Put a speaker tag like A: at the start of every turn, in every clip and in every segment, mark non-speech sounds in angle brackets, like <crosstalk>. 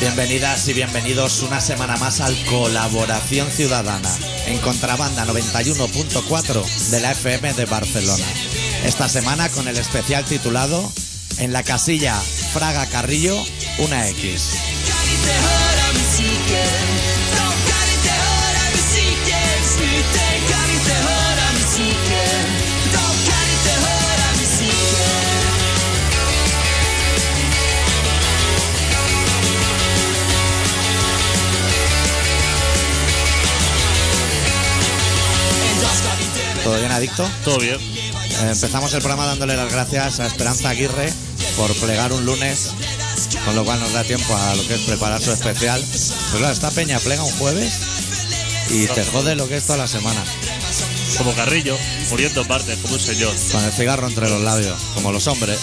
A: Bienvenidas y bienvenidos una semana más al Colaboración Ciudadana en Contrabanda 91.4 de la FM de Barcelona. Esta semana con el especial titulado En la casilla Fraga Carrillo, una X. ¿Todo bien, adicto?
B: Todo bien.
A: Eh, Empezamos el programa dándole las gracias a Esperanza Aguirre por plegar un lunes, con lo cual nos da tiempo a lo que es preparar su especial. Pero claro, esta peña plega un jueves y te jode lo que es toda la semana,
B: Como Carrillo, muriendo en partes, como un señor.
A: con el cigarro entre los labios, como los hombres.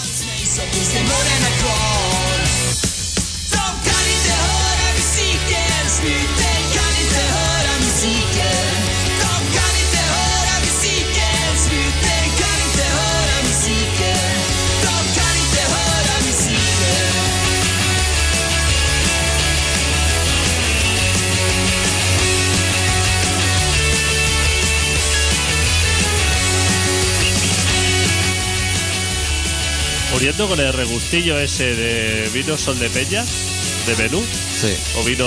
B: Muriendo con el regustillo ese de vino Sol de Peña, de menú,
A: Sí.
B: o vino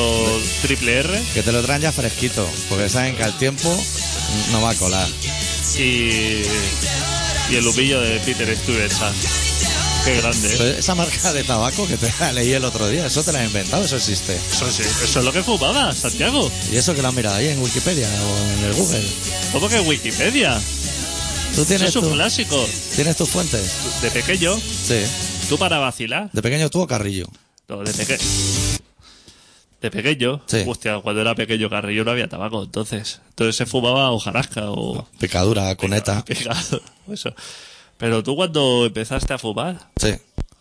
B: Triple R,
A: Que te lo traen ya fresquito, porque saben que al tiempo no va a colar.
B: y, y el humillo de Peter Stuyvesant. Qué grande, ¿eh?
A: Pero esa marca de tabaco que te <laughs> la leí el otro día, eso te la has inventado, eso existe.
B: Eso, sí, eso es lo que fumaba, Santiago.
A: Y eso que lo has mirado ahí en Wikipedia o en el Google.
B: ¿Cómo que Wikipedia?
A: ¿Tú
B: Eso
A: tienes,
B: es un
A: tu-
B: clásico.
A: tienes tus fuentes?
B: De pequeño,
A: Sí.
B: tú para vacilar.
A: De pequeño tuvo carrillo.
B: No, de pequeño. De pequeño.
A: Sí.
B: Hostia, cuando era pequeño Carrillo no había tabaco, entonces. Entonces se fumaba hojarasca o
A: Picadura, cuneta.
B: <laughs> pegado, eso. Pero tú cuando empezaste a fumar,
A: Sí.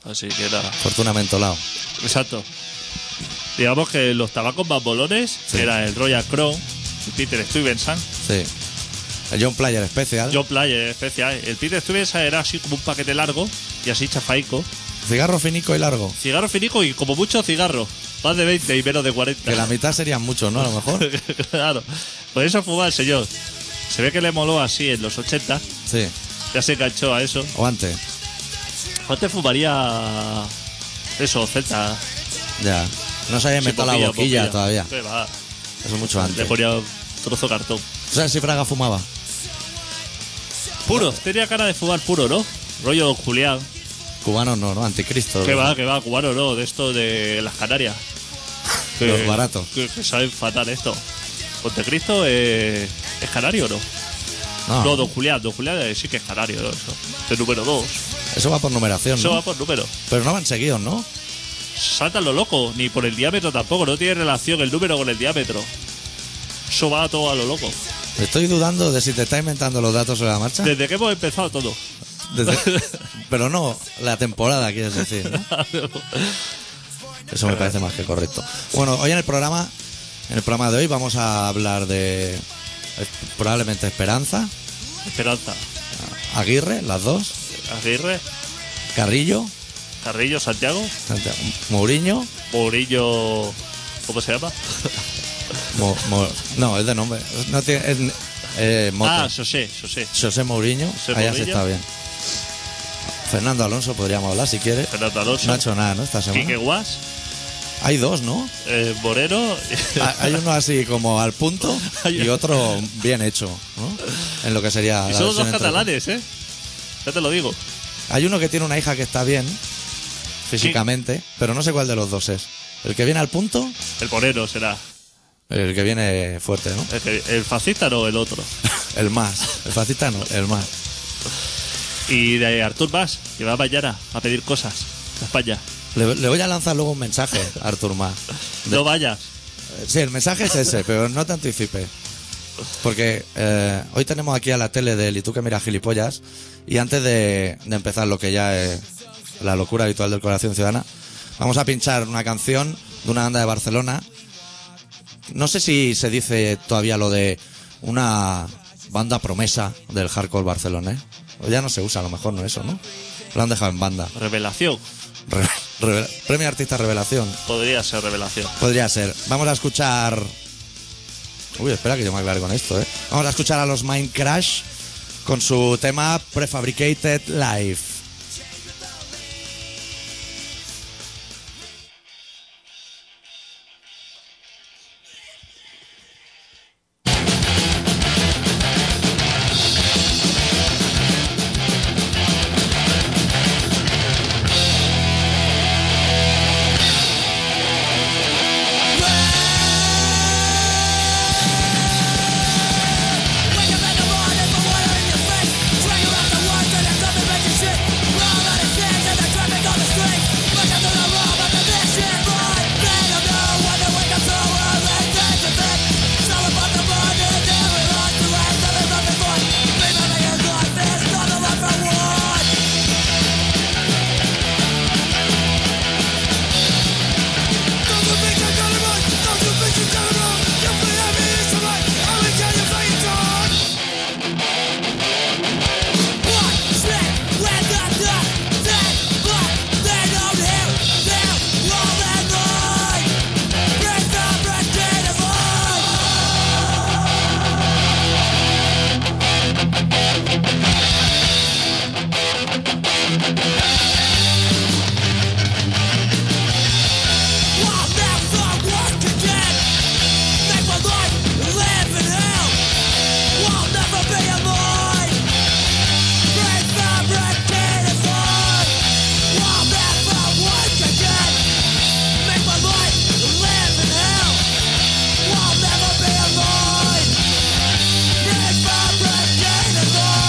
B: así que nada.
A: Fortuna mentolado.
B: Exacto. Digamos que los tabacos más bolones era el Royal Crown, el Peter Stuyvesant,
A: Sí. El John Player Special.
B: John Player especial. El Peter Stuyvesant era así como un paquete largo y así chafaico.
A: Cigarro finico y largo.
B: Cigarro finico y como mucho cigarro. Más de 20 y menos de 40.
A: Que la mitad serían muchos, ¿no? A lo
B: <laughs>
A: mejor.
B: claro. Por eso fumaba el señor. Se ve que le moló así en los 80.
A: Sí.
B: Ya se enganchó a eso.
A: O antes.
B: Antes fumaría. Eso, Z.
A: Ya. No se había
B: Sí,
A: inventado la
B: poquilla,
A: boquilla
B: poquilla.
A: todavía.
B: Sí, va.
A: Eso es mucho
B: Le
A: antes.
B: ponía un trozo de cartón.
A: ¿Tú sabes si Fraga fumaba?
B: Puro, tenía cara de fumar puro, ¿no? Rollo don Julián.
A: Cubanos no, ¿no? Anticristo.
B: Que va, que va, cubano, ¿no? De esto de las Canarias.
A: Los baratos.
B: Que, que saben fatal esto. Montecristo eh, es canario, ¿no?
A: No,
B: No, don Julián, don Julián eh, sí que es canario, ¿no? Eso. De número 2.
A: Eso va por numeración,
B: Eso
A: ¿no?
B: va por número.
A: Pero no van seguidos, ¿no?
B: saltan lo loco, ni por el diámetro tampoco, no tiene relación el número con el diámetro. Eso va todo a
A: <laughs>
B: lo loco.
A: Estoy dudando de si te está inventando los datos sobre la marcha.
B: Desde que hemos empezado todo. <laughs>
A: Desde- Pero no la temporada, quieres decir, ¿no? Eso me parece más que correcto. Bueno, hoy en el programa, en el programa de hoy vamos a hablar de eh, probablemente Esperanza,
B: Esperanza,
A: Aguirre, las dos,
B: Aguirre,
A: Carrillo,
B: Carrillo, Santiago,
A: Santiago- Mourinho,
B: Mourinho. ¿Cómo se llama?
A: Mo- Mo- no, es de nombre, no tiene, es, eh, Moto.
B: Ah, José, José.
A: José Mourinho,
B: José
A: allá se
B: Mourinho.
A: está bien. Fernando Alonso podríamos hablar si quiere.
B: Fernando Alonso.
A: No ha hecho nada, ¿no? Esta
B: Quique
A: semana.
B: Guas,
A: Hay dos, ¿no?
B: eh, Moreno. <laughs>
A: Ha- Hay uno así como al punto
B: Hay-
A: y otro bien hecho, ¿no? En lo que sería.
B: y
A: la
B: son dos
A: versión entre-
B: catalanes, ¿eh? Ya te lo digo.
A: Hay uno que tiene una hija que está bien físicamente, pero no sé cuál de los dos es. El que viene al punto,
B: El Moreno será.
A: el que viene fuerte, ¿no?
B: El, que- el fascista no, el otro.
A: El más, el fascista no, el más.
B: Y de Artur Mas, que va mañana a pedir cosas a España.
A: Le, le voy a lanzar luego un mensaje a Artur Mas.
B: No vayas.
A: Sí, el mensaje es ese, pero no te anticipes. Porque eh, hoy tenemos aquí a la tele del Y tú que miras gilipollas. Y antes de, de empezar lo que ya es la locura habitual del Corazón Ciudadana, vamos a pinchar una canción de una banda de Barcelona. No sé si se dice todavía lo de una banda promesa del hardcore barcelonés. O ya no se usa, a lo mejor no eso, ¿no? Lo han dejado en banda.
B: Revelación.
A: Re- Revel- Premio Artista Revelación.
B: Podría ser revelación.
A: Podría ser. Vamos a escuchar. Uy, espera que yo me aclare con esto, ¿eh? Vamos a escuchar a los Mind Crash con su tema Prefabricated Life.
C: What? Don't you think I got it right? Don't you think you got it wrong? You play heavy instrument, I will tell you play it wrong. What? Shit, red dot dot, dead, but they don't hear them all that night. Break the bread, dead of all. I'll never work again. Make my life live in hell. I'll never be a mine. Break the repeat of life. I'll never work again. Make my life live in hell. I'll never be a mine. Break the repeat of life.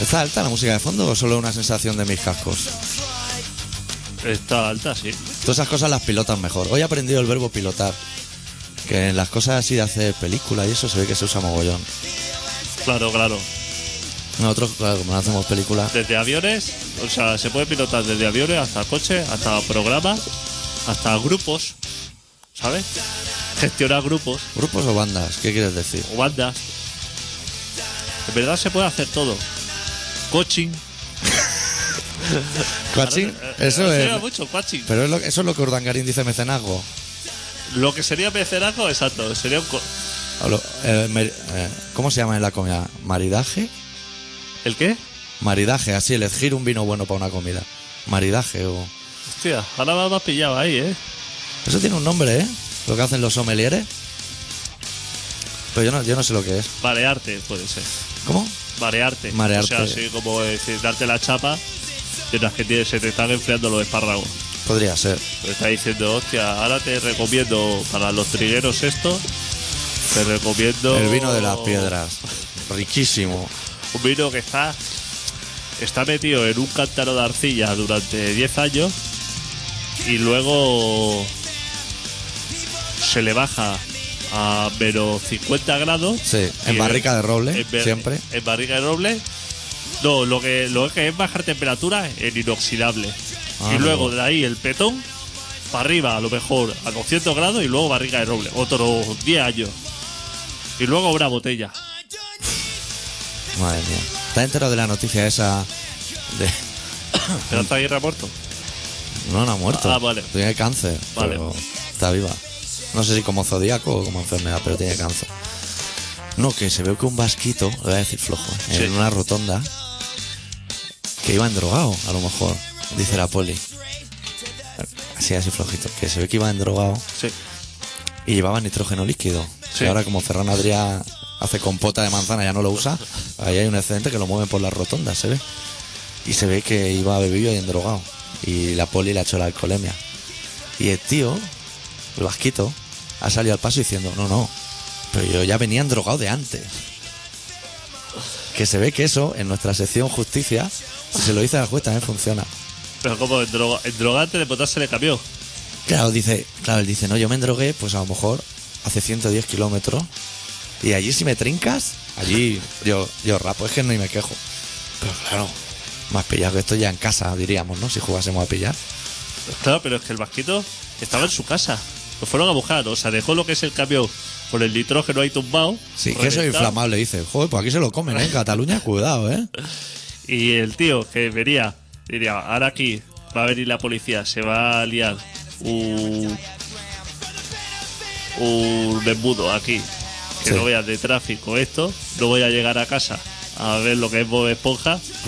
A: ¿Está alta la música de fondo o solo una sensación de mis cascos?
B: Está alta, sí.
A: Todas esas cosas las pilotan mejor. Hoy he aprendido el verbo pilotar. Que en las cosas así de hacer películas y eso se ve que se usa mogollón.
B: Claro, claro.
A: Nosotros, claro, como no hacemos películas.
B: Desde aviones, o sea, se puede pilotar desde aviones hasta coches, hasta programas, hasta grupos, ¿sabes? Gestionar grupos
A: ¿Grupos o bandas? ¿Qué quieres decir?
B: o bandas. En verdad se puede hacer todo. Coaching.
A: ¿Coaching?
B: Ahora, eh,
A: Eso
B: ahora se
A: es.
B: lleva mucho, coaching.
A: Pero es lo, eso es lo que Urdangarín dice mecenazgo.
B: Lo que sería mecenazgo, exacto. Sería un co-
A: O lo- eh, mer- eh, ¿Cómo se llama en la comida? ¿Maridaje?
B: ¿El qué?
A: Maridaje, así, elegir un vino bueno para una comida. Maridaje o.
B: Hostia, ahora me has pillado ahí, ¿eh?
A: Eso tiene un nombre, ¿eh? Lo que hacen los somelieres. Pero yo no, yo no sé lo que es.
B: Marearte, puede ser.
A: ¿Cómo?
B: Marearte.
A: Marearte.
B: O sea, así como decir, darte la chapa mientras que tienes- se te están enfriando los espárragos.
A: Podría ser.
B: Pero está diciendo, hostia, ahora te recomiendo para los trigueros esto, te recomiendo...
A: El vino de las piedras. Riquísimo.
B: Un vino que está, está metido en un cántaro de arcilla durante 10 años y luego se le baja a menos 50 grados.
A: Sí,
B: Y
A: en barrica de roble,
B: en ber-
A: siempre.
B: En barrica de roble. No, lo que, lo que es bajar temperatura en inoxidable.
A: Ah,
B: y luego
A: amigo.
B: de ahí el petón para arriba, a lo mejor a 200 grados y luego barrica de roble. Otros 10 años. Y luego
A: <laughs>
B: una botella.
A: Madre mía. ¿Estás entero de la noticia esa de.
B: Pero hasta ahí muerto.
A: No, no ha muerto.
B: Ah, vale.
A: Tiene cáncer.
B: Vale.
A: pero está viva. No sé si como zodíaco o como enfermedad, pero tiene cáncer. No, que se ve que un vasquito, le voy a decir flojo, ¿eh? en
B: Sí.
A: una rotonda, que iba endrogado, a lo mejor, dice la poli. Así, así flojito. Que se ve que iba endrogado
B: Sí.
A: y llevaba nitrógeno líquido.
B: Sí.
A: Y ahora, como Ferran Adrià hace compota de manzana, ya no lo usa, ahí hay un excedente que lo mueven por las rotondas, se ve. Y se ve que iba bebido y endrogado. Y la poli le ha hecho la alcoholemia. Y el tío, el vasquito, ha salido al paso diciendo, no, no, pero yo ya venía endrogado de antes. Que se ve que eso, en nuestra sección justicia, si se lo dice a la juez también funciona.
B: Pero como el, droga- el drogante de potasio le cambió.
A: Claro, dice, claro, él dice, no, yo me endrogué, pues a lo mejor hace 110 kilómetros. Y allí si me trincas, allí yo, yo rapo, es que no y me quejo. Pero claro, más pillado que esto ya en casa, diríamos, ¿no? Si jugásemos a pillar.
B: Claro, pero es que el vasquito estaba en su casa. Lo fueron a buscar. O sea, dejó lo que es el camión con el nitrógeno ahí tumbado.
A: Sí, que eso es
B: reventado.
A: inflamable, dice. Joder, pues aquí se lo comen, ¿eh? En Cataluña, cuidado, ¿eh?
B: Y el tío que venía, diría, ahora aquí va a venir la policía, se va a liar un, un embudo aquí, que
A: Sí.
B: no veas de tráfico esto, no voy a llegar a casa a ver lo que es Bob Esponja, <laughs>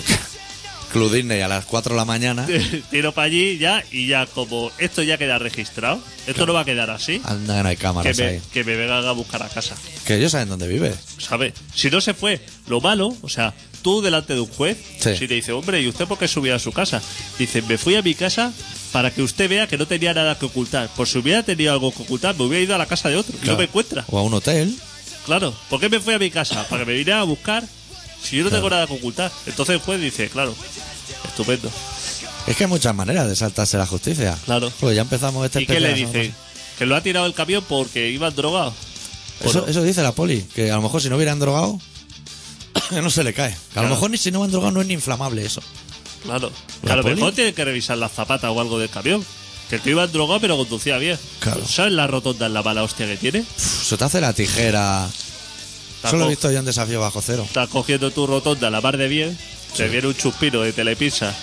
A: Club Disney a las 4 de la mañana.
B: tiro para allí ya y ya como esto ya queda registrado, esto no va a quedar así,
A: Anda, que no hay
B: que
A: cámaras
B: me,
A: ahí.
B: que me vengan a buscar a casa.
A: Que ellos saben dónde vives.
B: ¿sabes? Si no se fue, lo malo, o sea, tú delante de un juez,
A: Sí.
B: si te dice, hombre, ¿y usted por qué subía a su casa? Dice, me fui a mi casa para que usted vea que no tenía nada que ocultar. Por si hubiera tenido algo que ocultar, me hubiera ido a la casa de otro y no me encuentra.
A: O a un hotel.
B: Claro, ¿por qué me fui a mi casa? Para que me viniera a buscar si yo no tengo nada que ocultar. Entonces el juez dice, claro, estupendo.
A: Es que hay muchas maneras de saltarse la justicia.
B: Claro.
A: Pues ya empezamos este
B: ¿Y qué le
A: especial, ¿no?
B: dice? Que lo ha tirado el camión porque iba drogado.
A: Eso,
B: Bueno,
A: eso dice la poli, que a lo mejor si no hubieran drogado, <coughs> no se le cae. Que a
B: Claro.
A: lo mejor ni si no han drogado no es ni inflamable eso.
B: Claro,
A: ¿La
B: a lo
A: poli?
B: mejor tienen que revisar las zapatas o algo del camión. Que el tío iba drogado pero conducía bien.
A: Claro.
B: ¿Sabes la rotonda en la mala hostia que tiene?
A: Pff, se te hace la tijera.
B: Está,
A: Solo
B: co-
A: he visto yo en desafío bajo cero.
B: está cogiendo tu rotonda la par de bien, te viene un chupino de telepizza.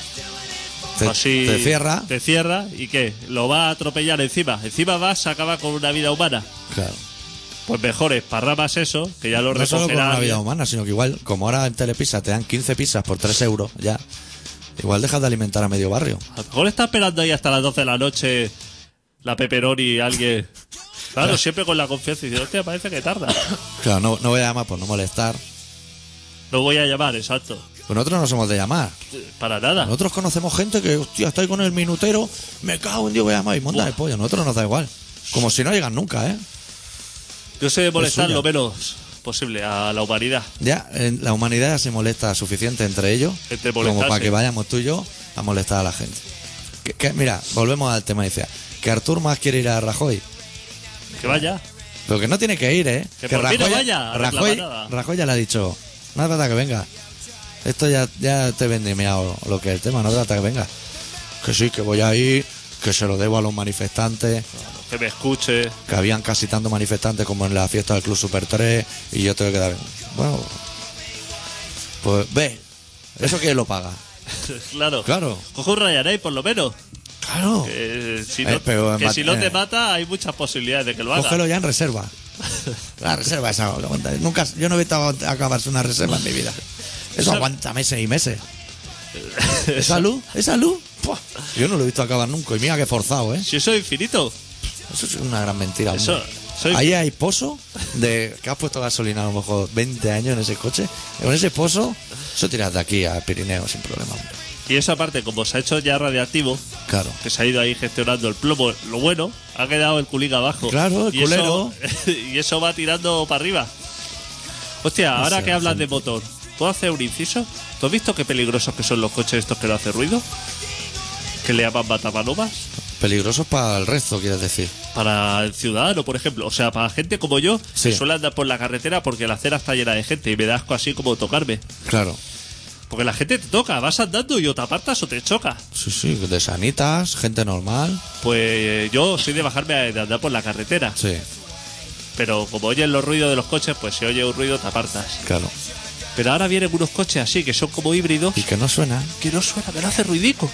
A: Te,
B: así
A: te cierra.
B: Ah, Te cierra y qué? Lo va a atropellar encima. Encima va, se acaba con una vida humana.
A: Claro.
B: Pues mejor esparramas eso, que ya lo
A: No solo con
B: recogerá.
A: una vida
B: alguien.
A: humana, sino que igual, como ahora en Telepisa te dan 15 pizzas por 3 euros, ya. Igual dejas de alimentar a medio barrio.
B: A lo mejor está esperando ahí hasta las 12 de la noche la pepperoni
A: <laughs>
B: alguien. Claro, siempre con la confianza y dice, hostia, parece
A: <coughs>
B: que tarda.
A: Claro, no, no voy a llamar por no molestar.
B: No voy a llamar, exacto.
A: Pues Nosotros no somos de llamar.
B: Para nada.
A: Nosotros conocemos gente que, hostia, estoy con el minutero, me cago en Dios, voy a llamar y monta de pollo. Nosotros nos da igual. Como si no llegan nunca, ¿eh?
B: Yo sé molestar
A: suya.
B: lo menos posible a la humanidad.
A: Ya, eh, la humanidad ya se molesta suficiente entre ellos
B: Entre
A: como para
B: molestarse.
A: que vayamos tú y yo a molestar a la gente. Que- que, mira, volvemos al tema. Dice que Artur más quiere ir a Rajoy,
B: Que vaya.
A: pero que no tiene que ir, ¿eh?
B: Que por mí
A: Rajoy,
B: no vaya a reclamar
A: Rajoy,
B: nada.
A: Rajoy ya le ha dicho: no hace falta que venga. Esto ya, ya te he vendimiado lo que es el tema, no hace falta que venga. Que sí, que voy a ir, que se lo debo a los manifestantes.
B: Que me escuche. <laughs>
A: que habían casi tantos manifestantes como en la fiesta del Club Super 3 y yo tengo que dar. Bueno, pues ve, eso que lo paga.
B: claro.
A: Claro.
B: Coge un Ryanair por lo menos.
A: Claro,
B: Eh, si
A: Eh,
B: no,
A: pero en
B: que
A: Mat-
B: si no te
A: eh.
B: mata hay muchas posibilidades de que lo haga.
A: cógelo ya en reserva. La reserva esa, lo aguanta. nunca, yo no he visto acabarse una reserva en mi vida. Eso aguanta meses y meses. Esa luz, esa luz, ¡pua! yo no lo he visto acabar nunca. Y mira que forzado, ¿eh?
B: Si eso es infinito.
A: Eso es una gran mentira. hombre.
B: Eso, soy-
A: Ahí hay pozo de que has puesto gasolina a lo mejor 20 años en ese coche. Con ese pozo, eso tiras de aquí a Pirineo sin problema. hombre.
B: Y esa parte, como se ha hecho ya radiactivo,
A: Claro.
B: que se ha ido ahí gestionando el plomo, lo bueno, ha quedado el culín abajo.
A: Claro, el
B: Y eso-
A: culero.
B: <laughs> y eso va tirando para arriba. Hostia, ahora
A: sé,
B: que hablas de motor, ¿puedo hacer un inciso? ¿Tú has visto qué peligrosos que son los coches estos que no hacen ruido? Que le llaman batapalomas.
A: Peligrosos para el resto, quieres decir.
B: Para el ciudadano, por ejemplo. O sea, para gente como yo,
A: Sí.
B: que suele andar por la carretera porque la acera está llena de gente y me da asco así como tocarme.
A: Claro.
B: Porque la gente te toca, vas andando y o te apartas o te choca.
A: Sí, sí, de sanitas, gente normal.
B: Pues eh, yo soy de bajarme a- de andar por la carretera.
A: Sí,
B: Pero como oyes los ruidos de los coches, pues si oye un ruido te apartas.
A: claro.
B: Pero ahora vienen unos coches así, que son como híbridos,
A: Y que no suena.
B: que no suena, que no hace ruidico.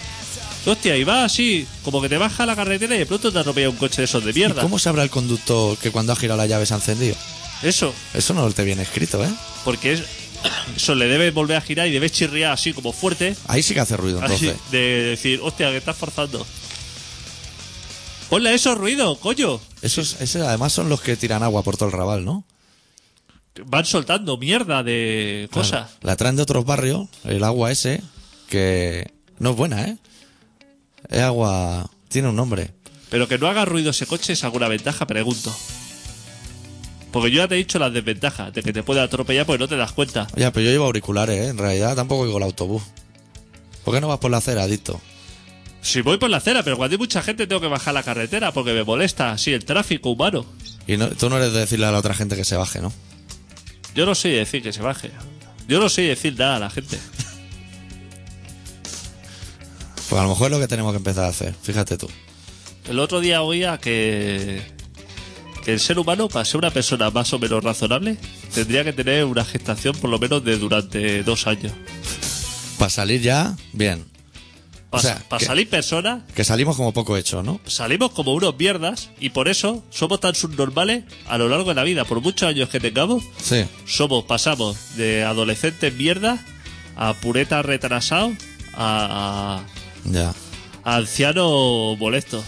B: Hostia, y va así, como que te baja a la carretera y de pronto te atropella un coche de esos de
A: ¿Y
B: mierda.
A: cómo sabrá el conductor que cuando ha girado la llave se ha encendido?
B: Eso,
A: Eso no te viene escrito, ¿eh?
B: porque es, <coughs> eso le debes volver a girar y debes chirriar así como fuerte,
A: Ahí sí que hace ruido,
B: así,
A: entonces.
B: de decir, hostia, que estás forzando. Ponle esos ruidos, coño.
A: Esos, ese, además son los que tiran agua por todo el rabal, ¿no?
B: Van soltando mierda de cosas.
A: Claro. La traen de otros barrios, el agua ese, que no es buena, ¿eh? Es agua. Tiene un nombre.
B: Pero que no haga ruido ese coche es alguna ventaja, pregunto. Porque yo ya te he dicho las desventajas, de que te puede atropellar porque no te das cuenta.
A: Ya, pero yo llevo auriculares, ¿eh? En realidad tampoco oigo el autobús. ¿Por qué no vas por la acera, adicto?
B: Si voy por la acera, pero cuando hay mucha gente tengo que bajar la carretera porque me molesta así el tráfico humano.
A: Y no- tú no eres de decirle a la otra gente que se baje, ¿no?
B: Yo no sé decir que se baje. Yo no sé decir nada a la gente.
A: Pues a lo mejor es lo que tenemos que empezar a hacer, fíjate tú.
B: El otro día oía que que el ser humano, para ser una persona más o menos razonable, tendría que tener una gestación por lo menos de durante dos años.
A: Para salir ya, bien.
B: Para
A: O sea, que-
B: salir personas,
A: Que salimos como poco hecho, ¿no?
B: salimos como unos mierdas y por eso somos tan subnormales a lo largo de la vida. Por muchos años que tengamos,
A: Sí.
B: somos, pasamos de adolescentes mierdas a puretas retrasados a,
A: Ya.
B: a ancianos molestos.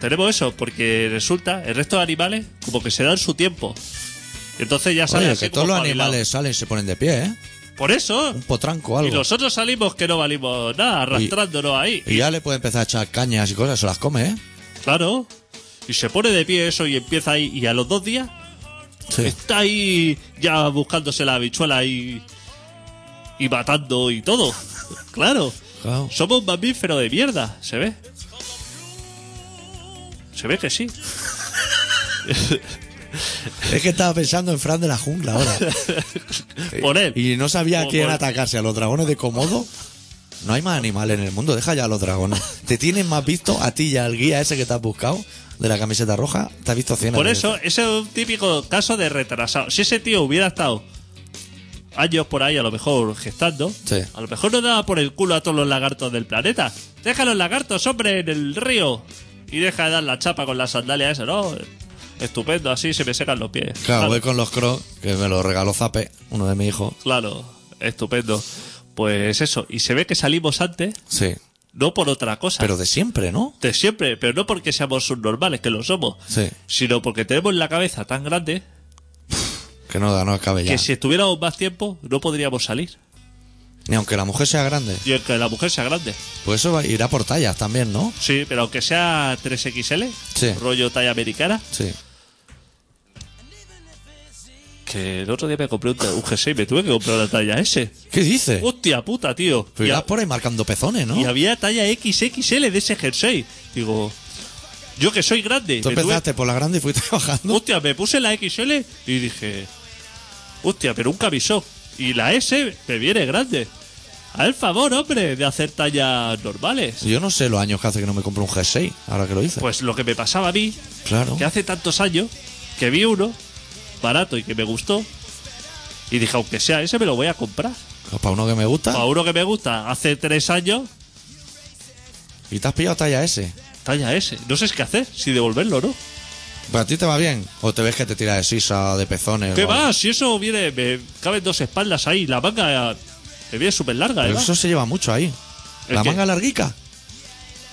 B: Tenemos eso, porque resulta, el resto de animales como que se dan su tiempo. Entonces ya salen
A: Oye,
B: así
A: que
B: como
A: todos los
B: espabilados.
A: animales salen y se ponen de pie, ¿eh?
B: Por eso.
A: Un potranco o
B: Y
A: algo.
B: nosotros salimos que no valimos nada, arrastrándonos ahí.
A: Y ya le puede empezar a echar cañas y cosas, se las come, ¿eh?
B: Claro. Y se pone de pie eso y empieza ahí. Y a los dos días
A: Sí.
B: está ahí ya buscándose la habichuela y, y matando y todo. claro.
A: Claro.
B: Somos mamíferos de mierda, se ve. Se ve que sí.
A: Es que estaba pensando en Fran de la jungla ahora.
B: <laughs> Por él.
A: Y no sabía a
B: Como
A: quién
B: por él.
A: atacarse, a los dragones de Komodo. No hay más animales en el mundo, deja ya a los dragones. Te tienen más visto a ti y al guía ese que te has buscado de la camiseta roja, te has visto 100
B: Por
A: veces.
B: eso, ese es un típico caso de retrasado. Si ese tío hubiera estado años por ahí, a lo mejor gestando,
A: Sí.
B: a lo mejor no daba por el culo a todos los lagartos del planeta. Deja los lagartos, hombre, en el río. Y deja de dar la chapa con las sandalias esas, ¿no? Estupendo, así se me secan los pies.
A: Claro, voy
B: claro,
A: con los crocs, que me los regaló Zape, uno de mis hijos.
B: claro, estupendo. Pues eso, y se ve que salimos antes,
A: Sí.
B: no por otra cosa.
A: Pero de siempre, ¿no?
B: de siempre, pero no porque seamos subnormales, que lo somos,
A: Sí.
B: sino porque tenemos la cabeza tan grande
A: Que no da, no acabe ya.
B: que si estuviéramos más tiempo no podríamos salir.
A: Ni aunque la mujer sea grande.
B: Y aunque la mujer sea grande.
A: Pues eso va- irá por tallas también, ¿no?
B: Sí, pero aunque sea 3XL,
A: Sí.
B: rollo talla americana,
A: Sí.
B: que el otro día me compré un, un jersey y me tuve que comprar la talla S.
A: ¿Qué dice?
B: Hostia puta, tío.
A: Pero
B: y,
A: irás
B: ha-
A: por ahí marcando pezones, ¿no?
B: y había talla XXL de ese jersey. Digo, yo que soy grande.
A: Tú
B: me tuve-
A: empezaste por la grande y fuiste <laughs> bajando.
B: Hostia, me puse la XL y dije, hostia, pero un camisón. Y la S me viene grande. Al favor, hombre, de hacer tallas normales.
A: Yo no sé los años que hace que no me compro un jersey, ahora que lo hice.
B: Pues lo que me pasaba a mí
A: claro.
B: que hace tantos años que vi uno barato y que me gustó y dije, aunque sea ese, me lo voy a comprar.
A: Para uno que me gusta.
B: A uno que me gusta hace tres años,
A: Y te has pillado talla S.
B: talla ese. No sé qué hacer, si devolverlo o no.
A: ¿Para ti te va bien? ¿O te ves que te tira de sisa, de pezones?
B: ¿Qué
A: o algo?
B: va? Si eso viene, me caben dos espaldas ahí, la manga eh, me viene ¿eh? súper larga,
A: Pero
B: además.
A: eso se lleva mucho ahí.
B: ¿El
A: La
B: qué?
A: manga larguica.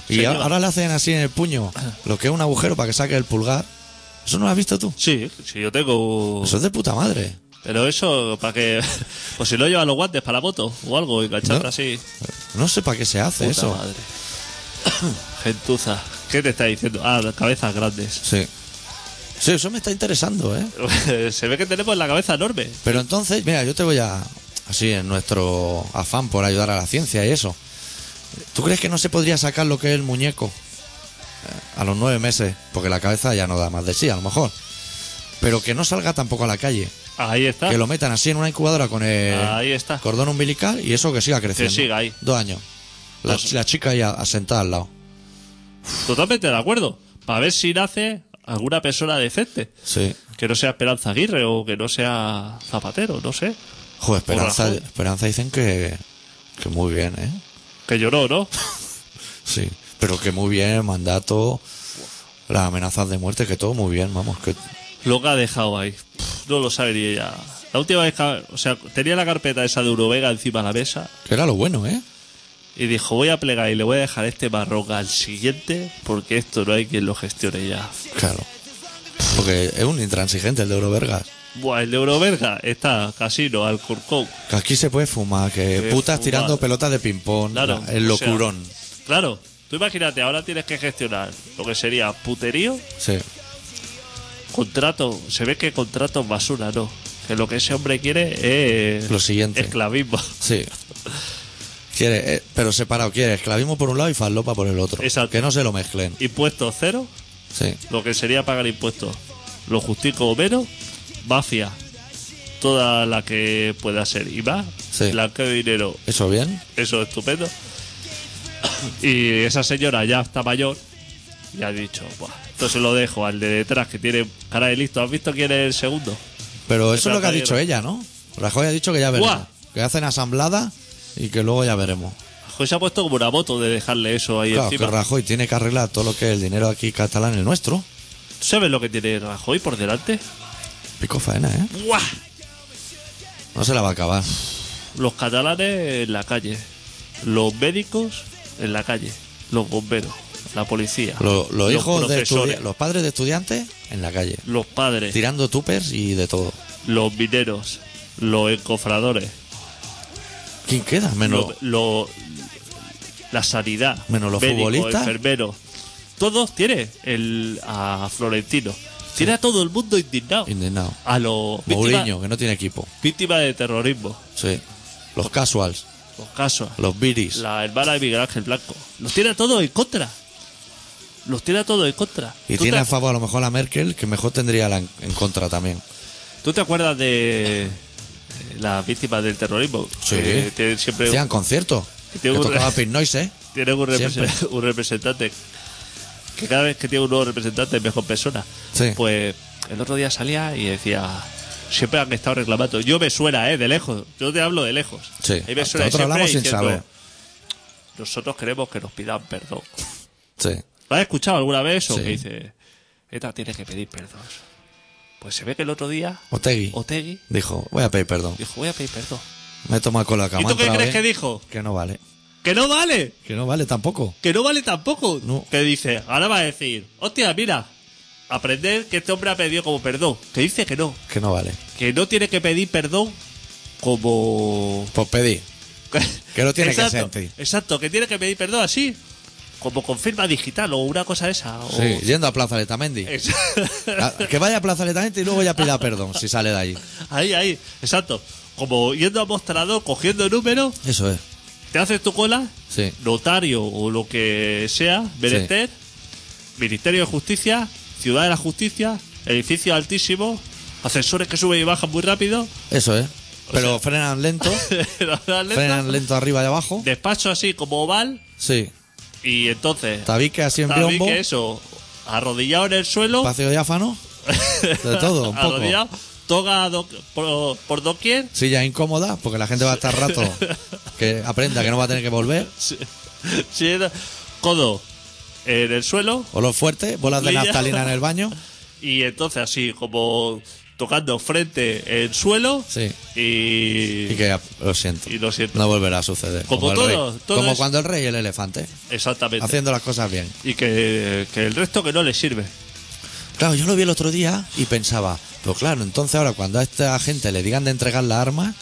A: Y
B: Se
A: a-
B: lleva.
A: ahora le hacen así en el
B: <clears throat>
A: puño, lo que es un agujero para que saque el pulgar. Eso no lo has visto tú.
B: Sí, sí, yo tengo...
A: Eso es de puta madre.
B: Pero eso, para que... <laughs> Pues si no lleva los guantes para la moto o algo, engancharte
A: No.
B: así.
A: No sé para qué se hace
B: Puta
A: eso.
B: madre. <coughs> Gentuza. ¿Qué te está diciendo? Ah, cabezas grandes. <laughs>
A: Sí. Sí, eso me está interesando, ¿eh?
B: Se ve que tenemos la cabeza enorme.
A: Pero entonces, mira, yo te voy a. Así, en nuestro afán por ayudar a la ciencia y eso. ¿Tú crees que no se podría sacar lo que es el muñeco? Eh, A los nueve meses, porque la cabeza ya no da más de sí, a lo mejor. Pero que no salga tampoco a la calle.
B: Ahí está.
A: Que lo metan así en una incubadora con el
B: Ah. Ahí está.
A: cordón umbilical y eso que siga creciendo.
B: siga ahí.
A: Dos años. La,
B: Dos.
A: la chica ahí a- asentada al lado.
B: Totalmente de acuerdo. Para ver si nace alguna persona decente.
A: Sí.
B: Que no sea Esperanza Aguirre o que no sea Zapatero, no sé.
A: Joder, Esperanza,
B: Rajoy.
A: Esperanza dicen que, que muy bien, ¿eh?
B: Que lloró, ¿no?
A: Sí, pero que muy bien el mandato, las amenazas de muerte, que todo muy bien, vamos, que...
B: Lo que ha dejado ahí. Pff, No lo sabe ni ella. La última vez que... O sea, tenía la carpeta esa de Eurovega encima de la mesa
A: que era lo bueno, ¿eh?
B: y dijo, voy a plegar y le voy a dejar este marrón al siguiente porque esto no hay quien lo gestione ya.
A: Claro. Porque es un intransigente el de Eurovergas.
B: Buah, el de Euroverga está casino, al Corcón.
A: Que aquí se puede fumar, que
B: Que
A: putas
B: fumar.
A: tirando pelotas de ping-pong,
B: Claro.
A: el
B: o sea,
A: locurón.
B: claro. Tú imagínate, ahora tienes que gestionar lo que sería puterío,
A: sí.
B: contrato. Se ve que contratos basura, no. Que lo que ese hombre quiere es.
A: Lo siguiente.
B: Esclavismo. <laughs>
A: Sí. Quiere, eh, pero separado, quiere esclavismo por un lado y falopa por el otro.
B: Exacto.
A: Que no se lo mezclen.
B: Impuestos cero,
A: Sí.
B: lo que sería pagar impuestos. Lo justico o menos, mafia. Toda la que pueda ser. Y más,
A: Sí.
B: blanqueo de dinero.
A: ¿Eso bien?
B: <coughs> Eso es estupendo. Y esa señora ya está mayor. y has dicho, Buah, esto se lo dejo al de detrás que tiene cara de listo. ¿Has visto quién es el segundo?
A: Pero
B: Está
A: eso es lo que ha
B: cayendo.
A: dicho ella, ¿no? Rajoy ha dicho que ya veremos.
B: Buah.
A: Que hacen asamblada y que luego ya veremos.
B: José se ha puesto como una moto de dejarle eso ahí
A: claro, que
B: encima.
A: Rajoy tiene que arreglar todo lo que es el dinero aquí catalán, el nuestro.
B: ¿Tú ¿Sabes lo que tiene Rajoy por delante?
A: Pico faena, ¿eh?
B: ¡Buah!
A: No se la va a acabar.
B: Los catalanes en la calle, los médicos en la calle, los bomberos, la policía,
A: Lo- los hijos de
B: profesores,
A: estudi- los padres de estudiantes en la calle.
B: los padres,
A: Tirando tupers y de todo.
B: los mineros, los encofradores,
A: ¿Quién queda? Menos.
B: lo- lo- la sanidad,
A: Menos los
B: médicos,
A: futbolistas.
B: enfermeros, todos tiene el a Florentino, tiene a todo el mundo indignado,
A: Indignado.
B: a los víctimas,
A: Mourinho, que no tiene equipo.
B: víctimas de terrorismo,
A: Sí. Los casuals,
B: los casos,
A: los viris.
B: la hermana de Miguel Ángel Blanco, los tiene a todos en contra, los tiene a todos en contra.
A: Y
B: ¿Tú
A: tiene
B: te-
A: a favor a lo mejor a Merkel, que mejor tendría la en, en contra también.
B: ¿Tú te acuerdas de eh, las víctimas del terrorismo?
A: Sí.
B: Que tienen Eh, siempre
A: Hacían conciertos.
B: Que
A: Que
B: tiene un
A: tocaba
B: re-
A: Pink Noise, ¿eh?
B: tienen un, repre-
A: siempre.
B: <laughs> un representante que cada vez que tiene un nuevo representante es mejor persona.
A: Sí.
B: Pues el otro día salía y decía siempre han estado reclamando. Yo me suena, eh, de lejos. Yo te hablo de lejos.
A: Sí.
B: A mí me suena
A: Nosotros
B: siempre
A: hablamos sin
B: diciendo,
A: saber.
B: Nosotros queremos que nos pidan perdón.
A: Sí.
B: ¿Lo has escuchado alguna vez o
A: Sí.
B: que dice ETA tiene que pedir perdón? Pues se ve que el otro día
A: Otegui
B: Otegui
A: dijo, voy a pedir perdón.
B: dijo voy a pedir perdón.
A: Me he tomado con la cama.
B: ¿Y tú qué
A: otra
B: crees
A: vez,
B: que dijo?
A: Que no vale.
B: Que no vale,
A: Que no vale tampoco.
B: que no vale tampoco.
A: No.
B: Que dice, ahora va a decir, hostia, mira, aprender que este hombre ha pedido como perdón. Que dice que no,
A: Que no vale.
B: que no tiene que pedir perdón como...
A: Pues pedí. Que lo tiene que
B: Exacto,
A: sentir.
B: Exacto, que tiene que pedir perdón así, como con firma digital o una cosa esa. o-
A: Sí, Uh. yendo a Plaza Letamendi.
B: Ex-
A: Ah, Que vaya a Plaza Letamendi y luego ya pida perdón si sale de ahí.
B: <laughs> ahí, ahí, exacto. Como yendo a mostrador, cogiendo números,
A: Eso es.
B: te haces tu cola,
A: Sí.
B: notario o lo que sea, menester, Ministerio de Justicia, Ciudad de la Justicia, edificio altísimo, ascensores que suben y bajan muy rápido, <laughs>
A: Eso es. Pero frenan lento.
B: la verdad, <laughs> lenta.
A: Frenan lento arriba y abajo.
B: despacho así como oval,
A: Sí.
B: y entonces,
A: Tabique así en
B: también
A: biombo.
B: que eso, arrodillado en el suelo,
A: Espacio
B: <laughs>
A: diáfano. De todo, un poco.
B: arrodillado, toga do- por, por doquier, <laughs>
A: Silla incómoda, porque la gente va a estar rato que aprenda que no va a tener que volver.
B: si- si era- codo en el suelo,
A: Olor fuerte, bolas de
B: Lilla.
A: naftalina en el baño.
B: Y entonces así como tocando frente en suelo
A: Sí.
B: y,
A: Y que lo siento.
B: y lo siento.
A: No volverá a suceder.
B: Como Este.
A: el rey.
B: todo, todo
A: Como
B: es-
A: cuando el rey y el elefante.
B: Exactamente.
A: Haciendo las cosas bien.
B: Y que, que el resto que no le sirve.
A: Claro, yo lo vi el otro día y pensaba, pues claro, entonces ahora cuando a esta gente le digan de entregar las armas,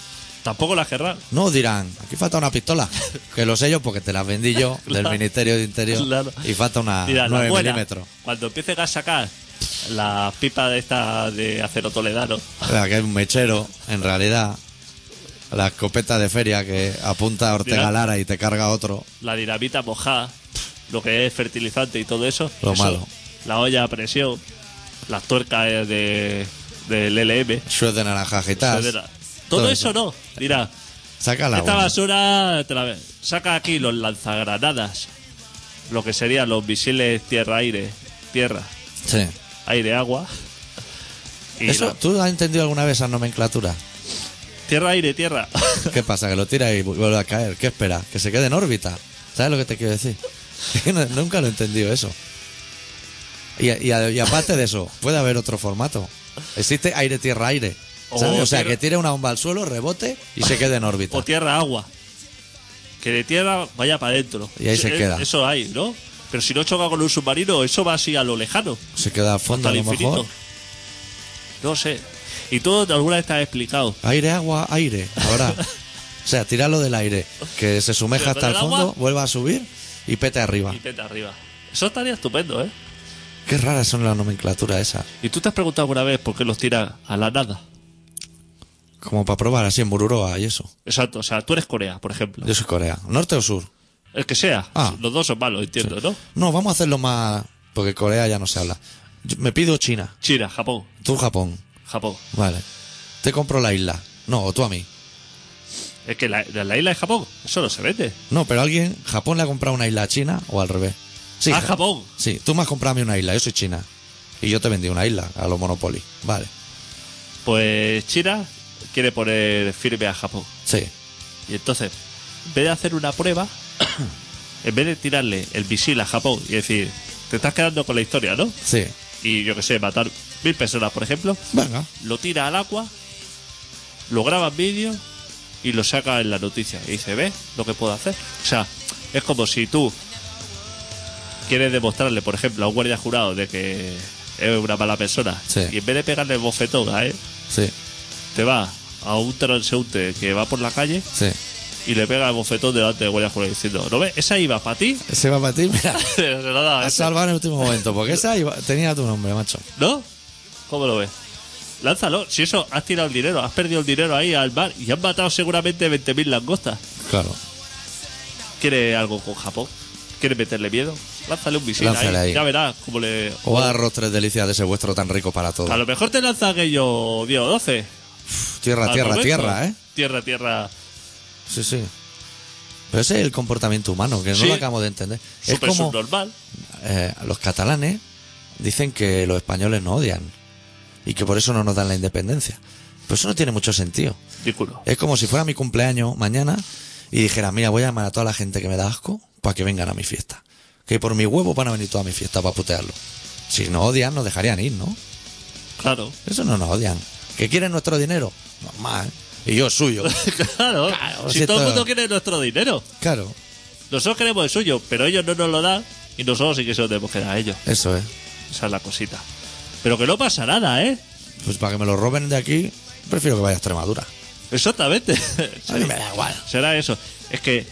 B: Tampoco la querrá.
A: no dirán, aquí falta una
B: <laughs>
A: pistola, que lo sé yo porque te las vendí yo
B: Claro.
A: del Ministerio de Interior
B: Claro.
A: y falta una
B: Mira, la
A: 9
B: buena,
A: Ah, milímetros.
B: Cuando empiecen a sacar la pipa de esta de acero toledano,
A: O sea, que es un mechero, en realidad, la escopeta de feria que apunta a Ortega
B: Mira.
A: Lara y te carga otro.
B: la dinamita mojada, lo que es fertilizante y todo eso.
A: Lo
B: eso,
A: malo.
B: La olla a presión, las tuercas de, del LM.
A: Shred de naranja agitas.
B: etcétera. Todo,
A: todo
B: eso,
A: eso.
B: no. Mira,
A: Saca la
B: Esta
A: buena.
B: basura te la ve- saca aquí los lanzagranadas, lo que serían los misiles tierra-aire, tierra,
A: Sí.
B: aire-agua. Y
A: Eso,
B: la-
A: ¿Tú has entendido alguna vez esa nomenclatura?
B: Tierra-aire, tierra.
A: ¿Qué pasa? ¿Que lo tira y vu- vuelve a caer? ¿Qué espera? ¿Que se quede en órbita? ¿Sabes lo que te quiero decir? <laughs> No- Nunca lo he entendido eso. Y, a- y a- y aparte de eso, puede haber otro formato. Existe aire-tierra-aire. ¿sabes?
B: O
A: o sea,
B: tierra-
A: que tire una bomba al suelo, rebote y
B: <laughs>
A: se quede en órbita.
B: o tierra-agua. Que de tierra vaya para adentro.
A: Y ahí
B: Eso-
A: se
B: eh,
A: queda.
B: Eso hay, ¿no? Pero si no choca con un submarino, eso va así a lo lejano,
A: Se queda a fondo
B: hasta
A: a
B: el
A: lo
B: infinito.
A: mejor.
B: No sé. Y todo alguna vez te has explicado.
A: Aire, agua, aire. Ahora. O sea, tíralo del aire. Que se sumeja hasta
B: Pero con
A: el
B: el agua-
A: fondo, vuelva a subir y pete arriba.
B: Y peta arriba. Eso estaría estupendo, ¿eh?
A: Qué raras son las nomenclaturas esas.
B: ¿Y tú te has preguntado alguna vez por qué los tira a la nada?
A: Como para probar así en Mururoa y eso.
B: Exacto, o sea, tú eres Corea, por ejemplo.
A: Yo soy Corea. ¿Norte o sur?
B: El que sea.
A: Ah.
B: Los dos son malos, entiendo, ¿no?
A: No, vamos a hacerlo más. Porque Corea ya no se habla. Yo- me pido China.
B: China, Japón,
A: Tú Japón.
B: Japón.
A: Vale. Te compro la isla. No, o tú a mí.
B: Es que la, la isla de Japón, eso no se vende.
A: No, pero alguien. Japón le ha comprado una isla a China o al revés. Sí,
B: Ah, Japón.
A: Sí, tú me has comprado a mí una isla, yo soy China. Y yo te vendí una isla a los Monopoly. Vale,
B: Pues China quiere poner firme a Japón.
A: sí.
B: Y entonces, en vez de hacer una prueba, <coughs> en vez de tirarle el misil a Japón y decir, te estás quedando con la historia, ¿no?
A: Sí.
B: Y yo que sé, matar mil personas, por ejemplo,
A: Venga.
B: lo tira al agua, lo graba en vídeo y lo saca en la noticia. Y dice, ¿ves lo que puedo hacer? O sea, es como si tú quieres demostrarle, por ejemplo, a un guardia jurado de que es una mala persona.
A: Sí.
B: Y en vez de pegarle el bofetón a él,
A: Sí,
B: te va a un transeúnte que va por la calle
A: sí.
B: y le pega el bofetón delante del guardia jurado diciendo, ¿no ves? Esa iba para ti.
A: Ese va para ti, mira.
B: Se lo
A: <laughs>
B: da a
A: Has
B: ese.
A: salvado en el último momento, porque esa iba- tenía tu nombre, macho.
B: ¿No? ¿Cómo lo ves? Lánzalo. Si eso, has tirado el dinero, has perdido el dinero ahí al mar y han matado seguramente 20.000 langostas.
A: Claro.
B: ¿Quiere algo con Japón? ¿Quiere meterle miedo? Lánzale un misil
A: Lánzale
B: ahí.
A: ahí.
B: Ya verás cómo le...
A: O arroz tres delicias de ese vuestro tan rico para todos.
B: A lo mejor te lanza aquello 10 o 12.
A: Tierra,
B: Al
A: tierra,
B: momento.
A: tierra, ¿eh?
B: Tierra, tierra.
A: Sí, sí. Pero ese es el comportamiento humano, que no
B: Sí.
A: lo acabamos de entender. Es
B: Súper
A: como
B: subnormal.
A: eh, los catalanes dicen que los españoles nos odian y que por eso no nos dan la independencia. Pero eso no tiene mucho sentido.
B: Ridículo.
A: Es como si fuera mi cumpleaños mañana y dijera, mira, voy a llamar a toda la gente que me da asco para que vengan a mi fiesta. Que por mi huevo van a venir toda mi fiesta para putearlo. Si nos odian, nos dejarían ir, ¿no?
B: Claro.
A: Eso no nos odian. ¿Que quieren nuestro dinero? Normal. ¿eh? Y yo el suyo.
B: <laughs> Claro.
A: Claro,
B: si
A: si
B: todo el
A: todo-
B: mundo quiere nuestro dinero.
A: claro.
B: Nosotros queremos el suyo, pero ellos no nos lo dan y nosotros sí que se lo tenemos que dar a ellos.
A: Eso es.
B: Esa es la cosita. Pero que no pasa nada, ¿eh?
A: Pues para que me lo roben de aquí, prefiero que vaya a Extremadura. <laughs>
B: Exactamente.
A: A mí me da igual.
B: <laughs> Será eso. Es que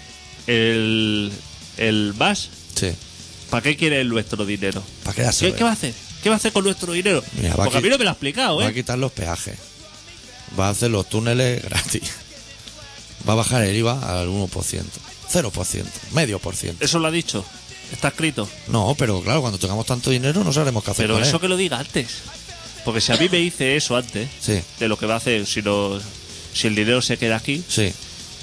B: el, el más,
A: Sí.
B: ¿para qué quiere nuestro dinero?
A: ¿Para quedarse?
B: ¿Qué, qué va a hacer? ¿Qué va a hacer con nuestro dinero?
A: Mira, va a
B: Porque a
A: qui-
B: mí no me lo ha explicado,
A: Va a
B: ¿eh?
A: quitar los peajes. Va a hacer los túneles gratis. Va a bajar el IVA al 1%. 0%. Medio por ciento.
B: Eso lo ha dicho. Está escrito.
A: No, pero claro, cuando tengamos tanto dinero no sabremos qué hacer
B: Pero
A: con
B: eso
A: él.
B: que lo diga antes. Porque si a mí me dice eso antes,
A: Sí.
B: de lo que va a hacer, si, no- si el dinero se queda aquí,
A: Sí.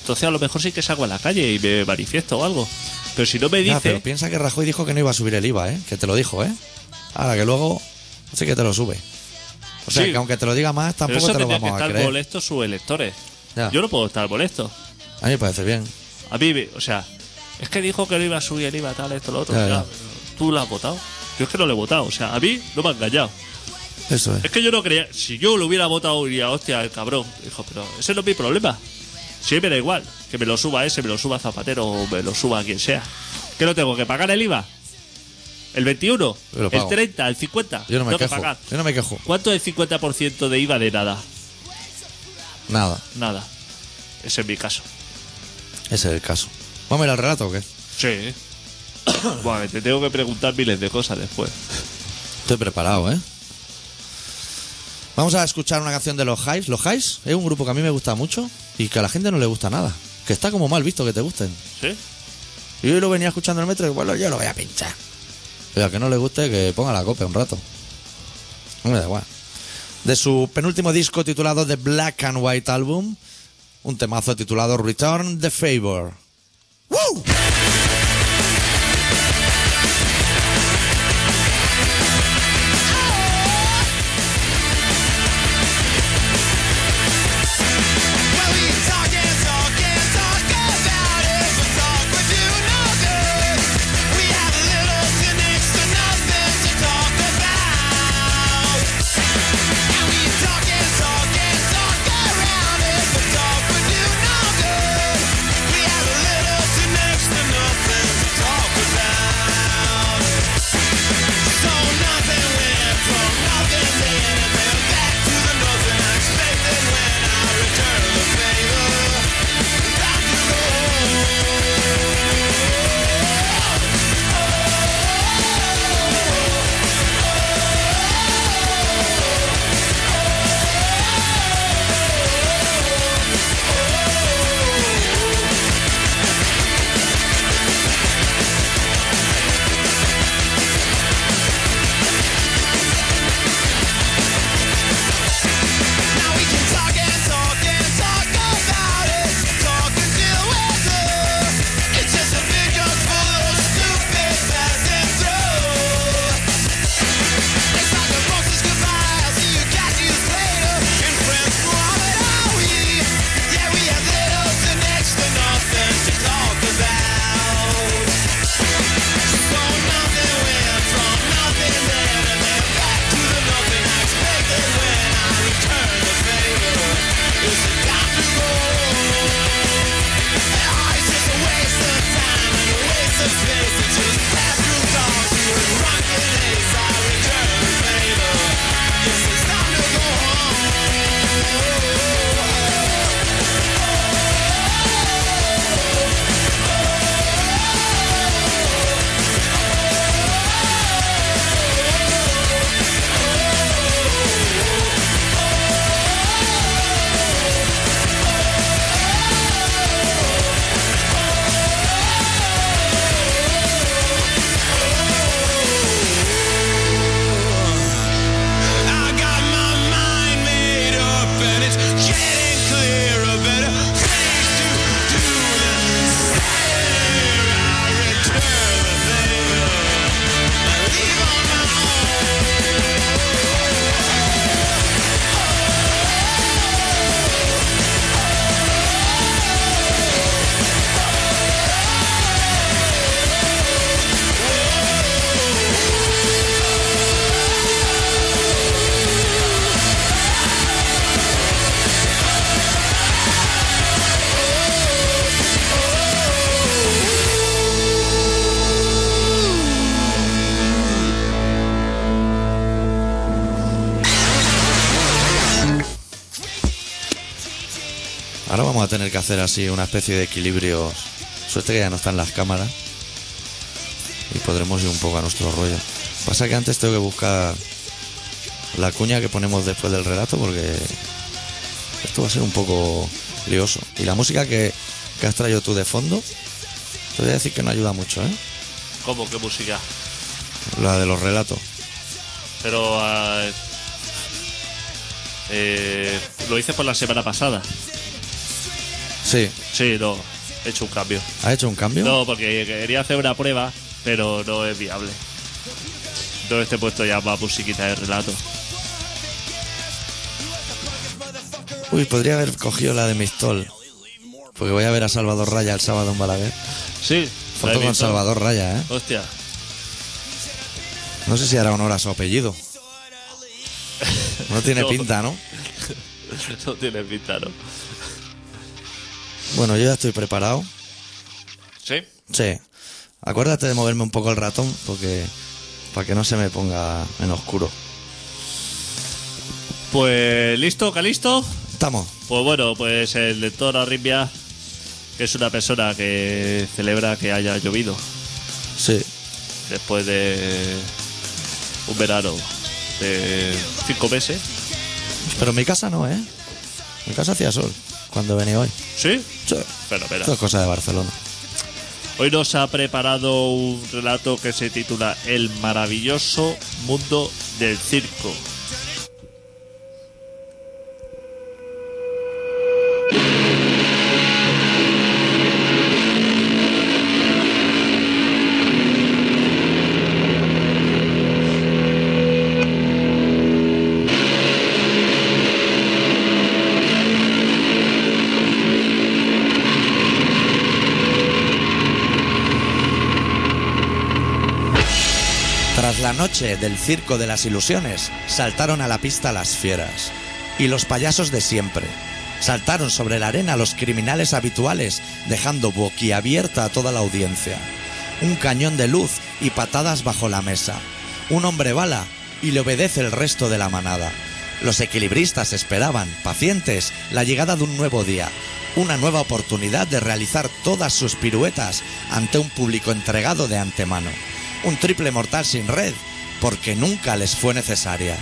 B: entonces a lo mejor sí que salgo a la calle y me manifiesto o algo. Pero si no me
A: Ya,
B: dice...
A: pero piensa que Rajoy dijo que no iba a subir el IVA, ¿eh? Que te lo dijo, ¿eh? Ahora que luego sí que te lo sube. O sea,
B: Sí.
A: que aunque te lo diga más,
B: Pero
A: tampoco
B: eso
A: te lo
B: tendría que
A: vamos a
B: estar
A: creer.
B: molesto sus electores.
A: Ya.
B: Yo no puedo estar molesto.
A: A mí me parece bien.
B: A mí, me- o sea, es que dijo que no iba a subir el IVA, tal, esto, lo otro.
A: Ya,
B: Ya,
A: ya.
B: pero Tú lo has votado. Yo es que no lo he votado. O sea, a mí no me ha engañado.
A: Eso es.
B: Es que yo no creía. Si yo lo hubiera votado, diría, hostia, el cabrón. Dijo, pero ese no es mi problema. Si me da igual. Que me lo suba ese, me lo suba Zapatero o me lo suba quien sea. ¿Qué no tengo? ¿Que pagar el IVA? ¿El 21?
A: Yo lo
B: ¿El
A: pago.
B: 30? ¿El 50?
A: Yo no me
B: Tengo que
A: quejo.
B: pagar.
A: Yo no me quejo.
B: ¿Cuánto es el 50% de IVA de nada?
A: Nada.
B: Nada. Ese es mi caso.
A: Ese es el caso. ¿Vamos a ir al relato o qué?
B: <coughs> Sí. Vale, te tengo que preguntar miles de cosas después.
A: Estoy preparado, ¿eh? Vamos a escuchar una canción de los Hives. Los Hives es un grupo que a mí me gusta mucho y que a la gente no le gusta nada. Que está como mal visto que te gusten.
B: ¿Sí?
A: Y yo lo venía escuchando en el metro y bueno, yo lo voy a pinchar. Pero al que no le guste, que ponga la copa un rato. No me da igual. De su penúltimo disco titulado The Black and White Album, un temazo titulado Return the Favor. ¡Woo!
C: Well, we talk and talk and talk about it, but talk would do no good. We have little to next to nothing to talk about. And we talk and talk and talk around it, but talk would do no good. We have
A: Ahora vamos a tener que hacer así una especie de equilibrio. Suerte que ya no están las cámaras. Y podremos ir un poco a nuestro rollo. Pasa que antes tengo que buscar la cuña que ponemos después del relato porque esto va a ser un poco lioso. Y la música que, que has traído tú de fondo, te voy a decir que no ayuda mucho, ¿eh?
B: ¿Cómo? ¿Qué música?
A: La de los relatos.
B: Pero... ah, eh, lo hice por la semana pasada.
A: Sí,
B: Sí, no. He hecho un cambio.
A: ¿ha hecho un cambio?
B: No, porque quería hacer una prueba, pero no es viable. Entonces te he puesto ya más musiquita de relato.
A: Uy, podría haber cogido la de Mistol. Porque voy a ver a Salvador Raya el sábado en Balaguer.
B: Sí. la he
A: Foto con
B: visto.
A: Salvador Raya, ¿eh?
B: Hostia. <laughs>
A: No sé si hará honor a su apellido. No tiene
B: No.
A: pinta, ¿no?
B: No tiene pinta, ¿no?
A: Bueno, yo ya estoy preparado.
B: Sí.
A: Sí. Acuérdate de moverme un poco el ratón porque para que no se me ponga en oscuro.
B: Pues listo, Calisto.
A: Estamos.
B: Pues bueno, pues el lector Arribia, que es una persona que celebra que haya llovido
A: Sí.
B: después de un verano de cinco meses.
A: Pero en mi casa no, ¿eh? En mi casa hacía sol cuando venía hoy.
B: ¿Sí?
A: Sí.
B: Espera, espera.
A: Esto es cosa de Barcelona.
B: Hoy nos ha preparado un relato que se titula El maravilloso mundo del circo. <laughs>
A: Tras la noche del Circo de las Ilusiones, saltaron a la pista las fieras y los payasos de siempre. Saltaron sobre la arena los criminales habituales, dejando boquiabierta a toda la audiencia. Un cañón de luz y patadas bajo la mesa. Un hombre bala y le obedece el resto de la manada. Los equilibristas esperaban, pacientes, la llegada de un nuevo día, una nueva oportunidad de realizar todas sus piruetas ante un público entregado de antemano. Un triple mortal sin red, porque nunca les fue necesaria.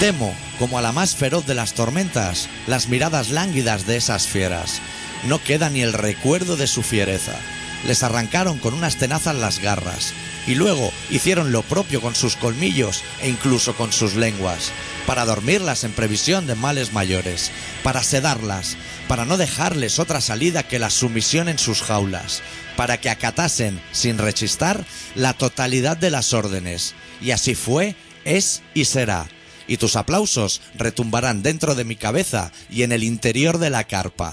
A: Temo, como a la más feroz de las tormentas, las miradas lánguidas de esas fieras. No queda ni el recuerdo de su fiereza. Les arrancaron con unas tenazas las garras y luego hicieron lo propio con sus colmillos e incluso con sus lenguas, para dormirlas en previsión de males mayores, para sedarlas, para no dejarles otra salida que la sumisión en sus jaulas, para que acatasen, sin rechistar, la totalidad de las órdenes. Y así fue, es y será y tus aplausos retumbarán dentro de mi cabeza y en el interior de la carpa.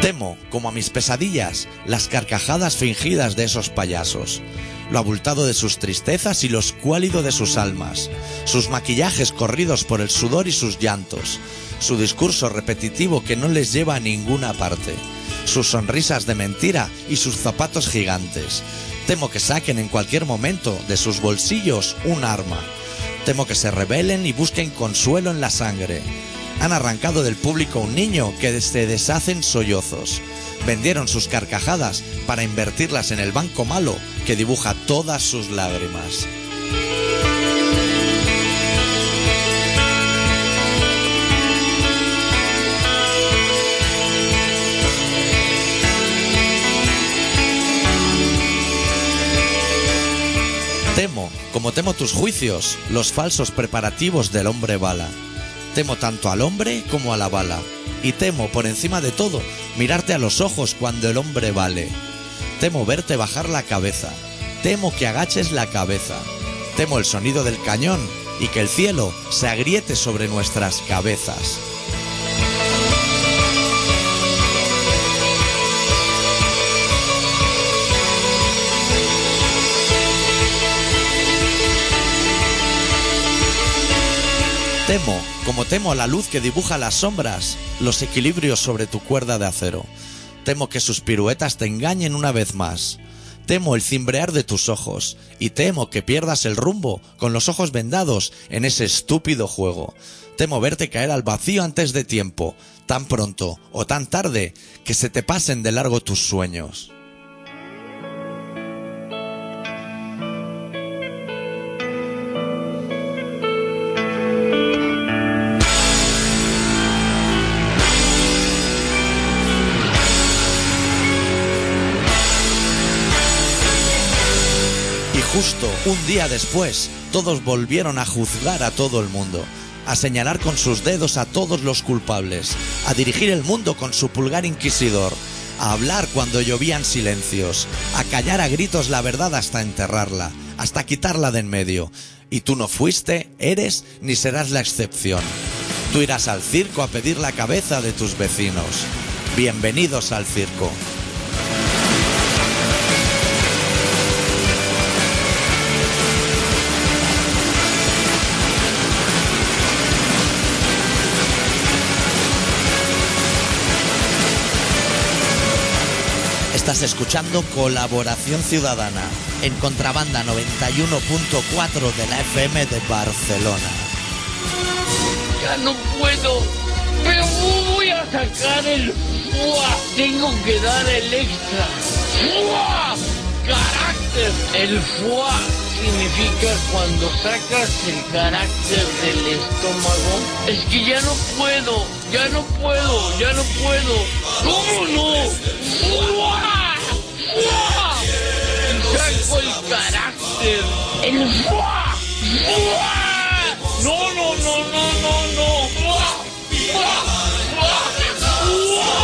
A: Temo, como a mis pesadillas, las carcajadas fingidas de esos payasos, lo abultado de sus tristezas y lo escuálido de sus almas, sus maquillajes corridos por el sudor y sus llantos, su discurso repetitivo que no les lleva a ninguna parte, sus sonrisas de mentira y sus zapatos gigantes. Temo que saquen en cualquier momento de sus bolsillos un arma. Temo que se rebelen y busquen consuelo en la sangre. Han arrancado del público un niño que se deshacen sollozos. Vendieron sus carcajadas para invertirlas en el banco malo que dibuja todas sus lágrimas. Temo, como temo tus juicios, los falsos preparativos del hombre bala. Temo tanto al hombre como a la bala. Y temo, por encima de todo, mirarte a los ojos cuando el hombre vale. Temo verte bajar la cabeza. Temo que agaches la cabeza. Temo el sonido del cañón y que el cielo se agriete sobre nuestras cabezas. como temo la luz que dibuja las sombras, los equilibrios sobre tu cuerda de acero. Temo que sus piruetas te engañen una vez más. Temo el cimbrear de tus ojos y temo que pierdas el rumbo con los ojos vendados en ese estúpido juego. Temo verte caer al vacío antes de tiempo, tan pronto o tan tarde que se te pasen de largo tus sueños. Y justo un día después, todos volvieron a juzgar a todo el mundo, a señalar con sus dedos a todos los culpables, a dirigir el mundo con su pulgar inquisidor, a hablar cuando llovían silencios, a callar a gritos la verdad hasta enterrarla, hasta quitarla de en medio. Y tú no fuiste, eres ni serás la excepción. Tú irás al circo a pedir la cabeza de tus vecinos. Bienvenidos al circo. Estás escuchando Colaboración Ciudadana en Contrabanda 91.4 de la FM de Barcelona.
D: Ya no puedo. Pero voy a sacar el FUA. Tengo que dar el extra. ¡FUA! Carácter. El FUA significa cuando sacas el carácter del estómago. Es que ya no puedo. Ya no puedo. Ya no puedo. ¿Cómo no? ¡FUA! ¡FUA! Saco el carácter. El FUA. ¡Fua! No, no, no, no, no, no. ¡Fua! ¡Fua! ¡Fua! ¡Fua!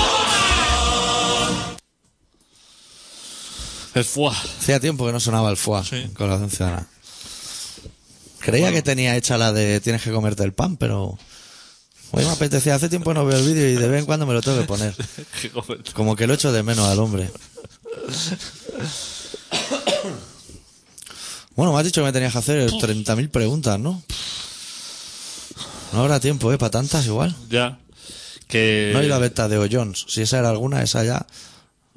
B: El fuá.
A: Hacía tiempo que no sonaba el fuá
B: Sí.
A: en Colaboración Ciudadana. Creía que tenía hecha la de tienes que comerte el pan, pero hoy me apetecía. Hace tiempo no veo el vídeo y de vez en cuando me lo tengo que poner.
B: Qué comentario.
A: Como que lo echo de menos al hombre. Bueno, me has dicho que me tenías que hacer 30.000 preguntas, ¿no? No habrá tiempo, ¿eh? Para tantas igual.
B: Ya. Que.
A: No hay la beta de O'Jones. Si esa era alguna, esa ya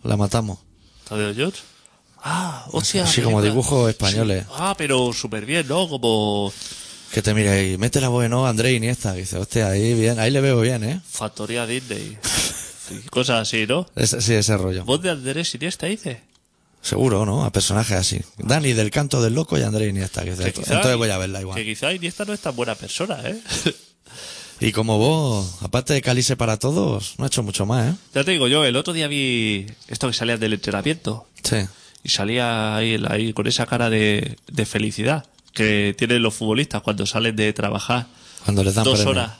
A: la matamos.
B: ¿Tadeo George? Ah, hostia.
A: Así como
B: película.
A: dibujos españoles.
B: Ah, pero súper bien, ¿no? Como
A: Que te mira y mete la voz, ¿no? André Iniesta. que dice, hostia, ahí bien, ahí le veo bien, ¿eh?
B: Factoría Disney. Y cosas así, ¿no?
A: Ese- sí, ese rollo.
B: Voz de Andrés Iniesta, dice.
A: Seguro, ¿no? A personajes así. Dani del canto del loco y André Iniesta. que dice,
B: Que quizá-
A: entonces voy a verla igual.
B: Que quizá Iniesta no es tan buena persona, ¿eh? <laughs>
A: Y como vos, aparte de Calice para todos, no ha hecho mucho más, ¿eh?
B: ya te digo yo, el otro día vi esto que salía del entrenamiento.
A: Sí.
B: Y salía ahí, ahí con esa cara de, de felicidad que tienen los futbolistas cuando salen de trabajar
A: Cuando les dan
B: dos
A: premio.
B: horas,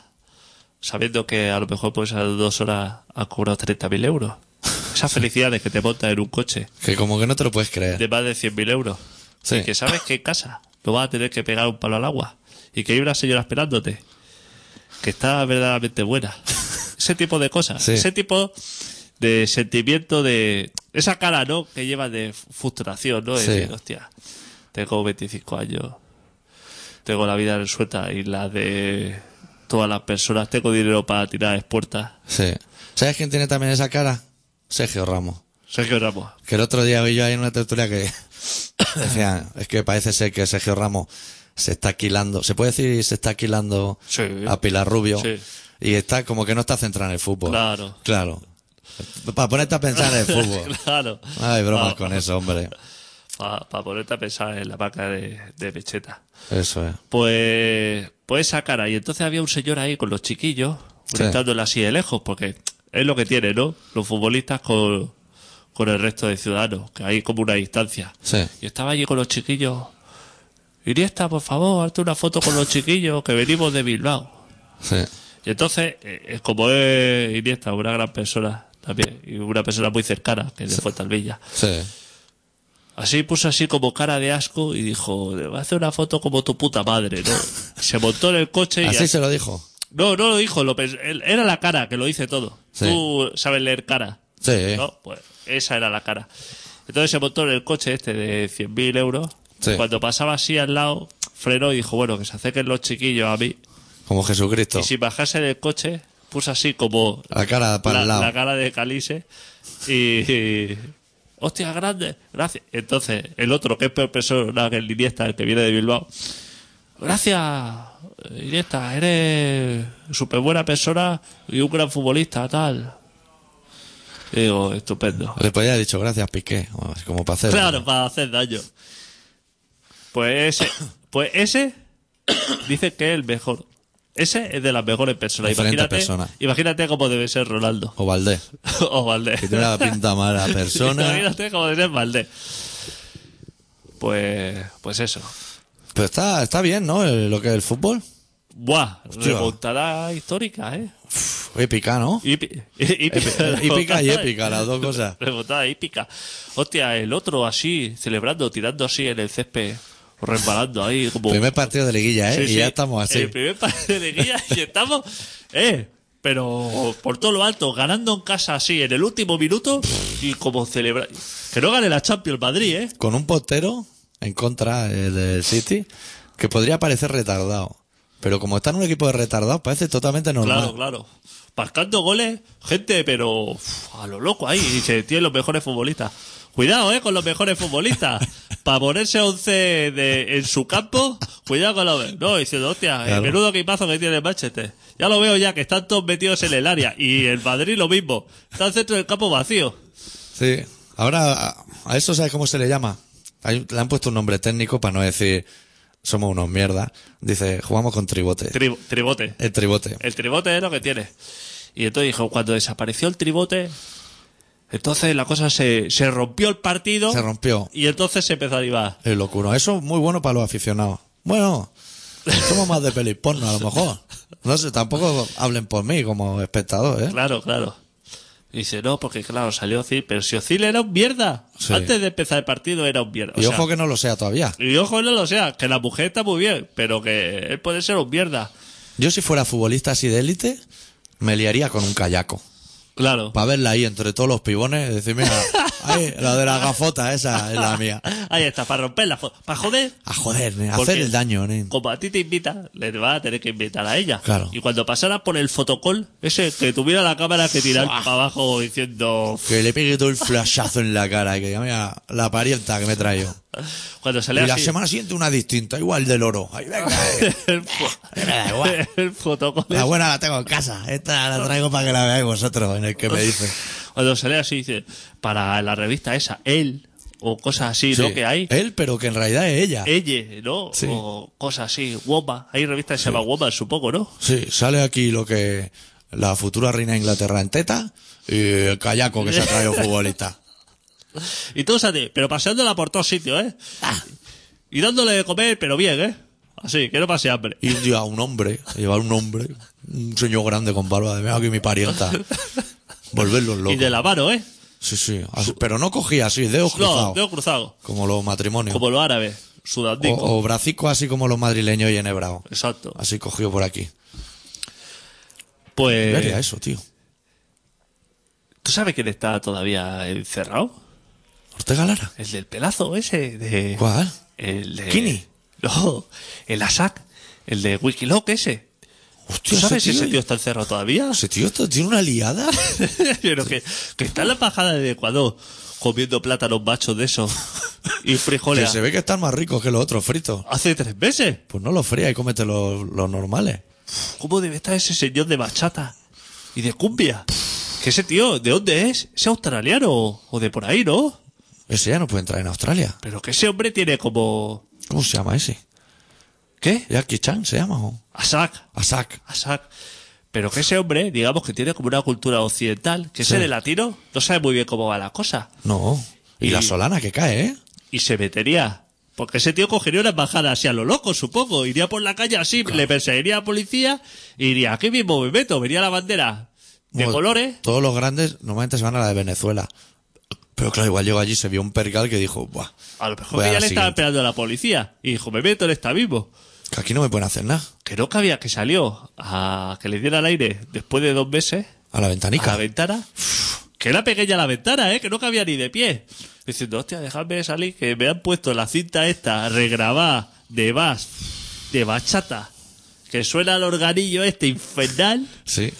B: sabiendo que a lo mejor por esas dos horas has cobrado 30.000 euros. Esas felicidades que te montas en un coche
A: Que como que no te lo puedes creer.
B: de más de 100.000 euros.
A: Sí.
B: Y que sabes que en casa no vas a tener que pegar un palo al agua. Y que hay una señora esperándote. Que está
A: <laughs>
B: verdaderamente buena. Ese tipo de cosas.
A: Sí.
B: Ese tipo de sentimiento de... Esa cara, ¿no? Que lleva de frustración, ¿no? De
A: Sí.
B: decir, hostia, tengo 25 años. Tengo la vida resuelta y la de todas las personas. Tengo dinero para tirar puertas.
A: Sí. ¿Sabes quién tiene también esa cara? Sergio Ramos.
B: Sergio Ramos.
A: Que el otro día vi yo ahí en una tertulia que <coughs> decían, es que parece ser que Sergio Ramos se está aquilando, se puede decir se está aquilando
B: Sí.
A: a Pilar Rubio
B: Sí.
A: y está como que no está centrado en el fútbol.
B: Claro.
A: Claro. Para ponerte a pensar
B: <laughs>
A: en el fútbol.
B: claro.
A: No hay bromas
B: Pa-
A: con eso, hombre.
B: Para ponerte a pensar en la vaca de, de Pecheta.
A: Eso es.
B: Pues, pues esa cara. Y entonces había un señor ahí con los chiquillos,
A: Sí.
B: gritándole así de lejos, porque es lo que tiene, ¿no? Los futbolistas con, con el resto de ciudadanos, que hay como una distancia.
A: Sí.
B: Y estaba allí con los chiquillos. Iniesta, por favor, hazte una foto con los chiquillos, que venimos de Bilbao.
A: Sí.
B: Y entonces, eh, eh, como es Iniesta, una gran persona también, y una persona muy cercana, que es de Fuentalbilla,
A: Sí.
B: Así puso así como cara de asco y dijo, va a hacer una foto como tu puta madre,
A: <laughs>
B: ¿no? Se montó en el coche y...
A: Así se lo dijo.
B: No, no lo dijo, lo pens- él- era la cara que lo dice todo.
A: Sí.
B: Tú sabes leer cara.
A: Sí.
B: ¿No? Pues esa era la cara. Entonces se montó en el coche este de 100.000 euros.
A: Sí.
B: Cuando pasaba así al lado, frenó y dijo, bueno, que se acerquen los chiquillos a mí.
A: Como Jesucristo.
B: Y si bajase del coche, puse así como
A: La cara para
B: la,
A: el lado.
B: la cara de Calice y, y- ¡Hostia, grande! Gracias. Entonces, el otro, que es peor persona que el Iniesta, el que viene de Bilbao. Gracias, Iniesta, eres súper buena persona y un gran futbolista, tal. Y
A: <laughs>
B: digo, estupendo.
A: Le podría haber dicho gracias, Piqué. o es Como para hacer.
B: Claro, para hacer daño. Pues ese, pues ese dice que es el mejor. Ese es de las mejores personas.
A: Diferente
B: Imagínate,
A: persona.
B: imagínate cómo debe ser Ronaldo <laughs>
A: O Valdés.
B: o Valdés.
A: Que tiene una pinta mala
B: <laughs>
A: persona.
B: Imagínate cómo debe ser Valdés. Pues, pues eso.
A: Pero está, está bien, ¿no? El- lo que es el fútbol.
B: Buah, remontada histórica, ¿eh?
A: Uf, épica, ¿no?
B: <laughs> Hipi- hi-
A: <laughs> Épica- Hípica y épica, las dos cosas.
B: Remontada hípica. Hostia, el otro así, celebrando, tirando así en el césped, resbalando ahí como...
A: Primer partido de liguilla, ¿eh?
B: Sí,
A: y
B: sí.
A: ya estamos así.
B: El primer partido de liguilla y estamos, <laughs> eh, pero por todo lo alto, ganando en casa así en el último minuto y como celebrar. Que no gane la Champions Madrid, eh.
A: Con un portero en contra eh, del City que podría parecer retardado. Pero como está en un equipo de retardados, parece totalmente normal.
B: Claro, claro. Marcando goles, gente, pero uf, a lo loco ahí. Y se tienen los mejores futbolistas. Cuidado, eh, con los
A: <laughs>
B: mejores futbolistas. Para ponerse 11 de, en su campo, cuidado con los. No, diciendo, hostia, el
A: Claro.
B: menudo equipazo que tiene el Manchester. Ya lo veo ya, que están todos metidos en el área. Y el Madrid lo mismo. Está el centro del campo vacío.
A: Sí. Ahora, a, a eso, ¿sabes cómo se le llama? Hay- le han puesto un nombre técnico para no decir somos unos mierda. Dice, jugamos con tribote.
B: Tri- tribote.
A: el tribote.
B: El tribote es lo que tiene. Y entonces dijo, cuando desapareció el tribote, entonces la cosa se, se rompió el partido.
A: Se rompió.
B: Y entonces se empezó a divar.
A: El locuro. Eso es muy bueno para los aficionados. Bueno, somos más de peli porno a lo mejor. No sé, tampoco hablen por mí como espectador, ¿eh?
B: Claro, claro. Dice, no, porque claro, salió Ozil, pero si Ozil era un mierda.
A: Sí.
B: Antes de empezar el partido era un mierda. O
A: y
B: sea,
A: ojo que no lo sea todavía.
B: y ojo, no lo sea, que la mujer está muy bien, pero que él puede ser un mierda.
A: Yo si fuera futbolista así de élite, me liaría con un callaco.
B: Claro.
A: Para verla ahí entre todos los pibones y decir, mira, ahí, la de la gafota esa es la mía.
B: Ahí está, para romper la foto. Para joder.
A: A joder, nen, a
B: Porque
A: hacer el daño, nen.
B: Como a ti te invita, le vas a tener que invitar a ella.
A: Claro.
B: Y cuando pasara por el fotocol, ese que tuviera la cámara que tirar para abajo diciendo.
A: Que le pegue todo el flashazo en la cara y que diga, mira, la parienta que me traigo.
B: Cuando sale
A: Y la
B: así,
A: semana siguiente una distinta, igual del oro. Ahí, venga, eh.
B: <laughs> El, fo-
A: Me <laughs> da igual.
B: el fotocol.
A: La buena la tengo en casa. Esta la traigo para que la veáis vosotros en el que me dice.
B: Cuando se lee así, dice, para la revista esa, él, o cosas así, ¿no?
A: Sí,
B: Que hay. Eh.
A: Él, pero que en realidad es ella.
B: Elle, ¿no?
A: Sí.
B: O cosas así, Woma. Hay revistas que se llaman Woma, supongo, ¿no?
A: Sí, sale aquí lo que la futura reina de Inglaterra en teta y el callaco que se ha traído futbolista.
B: Y tú sabes, pero paseándola por todos sitios, ¿eh?
A: Ah.
B: Y dándole de comer, pero bien, ¿eh? Así, que no pase hambre.
A: Y un día un hombre, llevar un hombre, un señor grande con barba de mira aquí mi parienta. Volverlos
B: Y
A: locos.
B: de la mano, ¿eh?
A: Sí, sí. Así- Pero no cogía así, dedos
B: No,
A: cruzados.
B: dedo cruzado.
A: Como los matrimonios.
B: Como los árabes, sudandico.
A: o, o bracico así como los madrileños y enhebrados.
B: Exacto.
A: Así cogido por aquí. ¿Qué haría
B: Pues,
A: eso, tío?
B: ¿tú sabes quién está todavía encerrado?
A: ¿Ortega Lara?
B: El del pelazo ese de...
A: ¿Cuál?
B: El de...
A: ¿Kini?
B: No, el ASAC, el de Wikiloc ese. ¿Tú
A: Hostia,
B: sabes si
A: ese
B: ese tío
A: tío,
B: está encerrado <laughs> todavía?
A: ese tío está- tiene una liada.
B: Pero que, que está en la bajada de Ecuador comiendo plátanos machos de esos y
A: que
B: frijoles
A: se ve que están más ricos que los otros fritos.
B: hace tres meses.
A: Pues no los frías y cómete los, los normales.
B: ¿Cómo debe estar ese señor de bachata y de cumbia? Que ese tío, ¿de dónde es? ¿Es australiano o, o de por ahí, no?
A: Ese ya no puede entrar en Australia.
B: Pero que ese hombre tiene como...
A: ¿Cómo se llama ese?
B: ¿Qué?
A: Jackie Chan se llama. o?
B: Asak.
A: Asak.
B: Asak. Pero que ese hombre, digamos que tiene como una cultura occidental, que ese
A: Sí.
B: de latino no sabe muy bien cómo va la cosa.
A: No. Y,
B: Y-
A: la solana que cae, ¿eh?
B: y se metería. Porque ese tío cogería una embajada así a lo loco, supongo. Iría por la calle así, le perseguiría a la policía y diría, aquí mismo me meto, vería la bandera de
A: Bueno,
B: colores.
A: Todos los grandes normalmente se van a la de Venezuela. Pero claro, igual llegó allí, se vio un percal que dijo, Buah,
B: A lo mejor
A: voy
B: que
A: a la
B: ya le estaba
A: siguiente,
B: esperando a la policía. Y dijo, me meto en esta mismo.
A: que aquí no me pueden hacer nada.
B: Que no cabía que salió a que le diera el aire después de dos meses
A: A la
B: a la
A: ventanica.
B: ventana. Que era pequeña la ventana, ¿eh? Que no cabía ni de pie. Diciendo, hostia, dejadme salir, que me han puesto la cinta esta regrabada de Bass, de bachata. Que que suena el organillo este infernal.
A: Sí.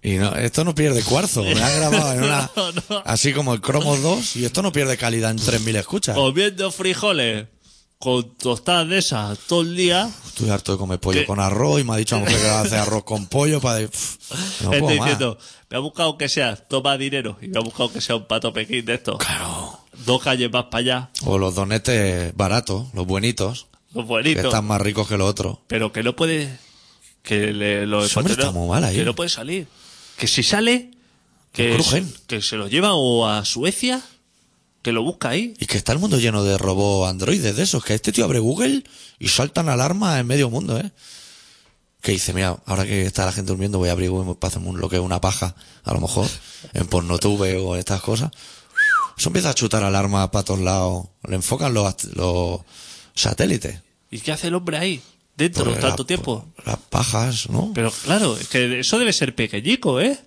A: Y no, esto no pierde cuarzo. Me han grabado en una.
B: <laughs> No, no.
A: Así como el cromo 2. Y esto no pierde calidad en 3.000 escuchas.
B: comiendo frijoles con tostadas de esas todo el día,
A: Estoy harto de comer pollo
B: ¿Qué?
A: con arroz. Y me ha dicho a mujer que va a hacer arroz con pollo. Para de- Pff, No puedo
B: estoy
A: más.
B: diciendo, me ha buscado que sea, toma dinero, y me ha buscado que sea un pato pequín de estos.
A: Claro.
B: Dos calles más para allá,
A: O los donetes baratos, los buenitos.
B: los
A: Que
B: buenitos.
A: están más ricos que los otros.
B: Pero que no puede, que le, los
A: Ese hombre
B: ecuatorianos-
A: está muy mal ahí.
B: que no puede salir. Que si sale,
A: Que
B: que,
A: crujen.
B: se- que se lo lleva o a Suecia, que lo busca ahí.
A: Y que está el mundo lleno de robots androides de esos. Que este tío abre Google y saltan alarmas en medio mundo, ¿eh? Que dice, mira, ahora que está la gente durmiendo voy a abrir Google para hacerme un- lo que es una paja, a lo mejor, en pornotube o en estas cosas. Eso empieza a chutar alarmas para todos lados. Le enfocan los, ast- los satélites.
B: ¿Y qué hace el hombre ahí? Dentro,
A: Pues
B: tanto
A: la-
B: tiempo.
A: Las pajas, ¿no?
B: Pero claro, es que eso debe ser pequeñico, ¿eh?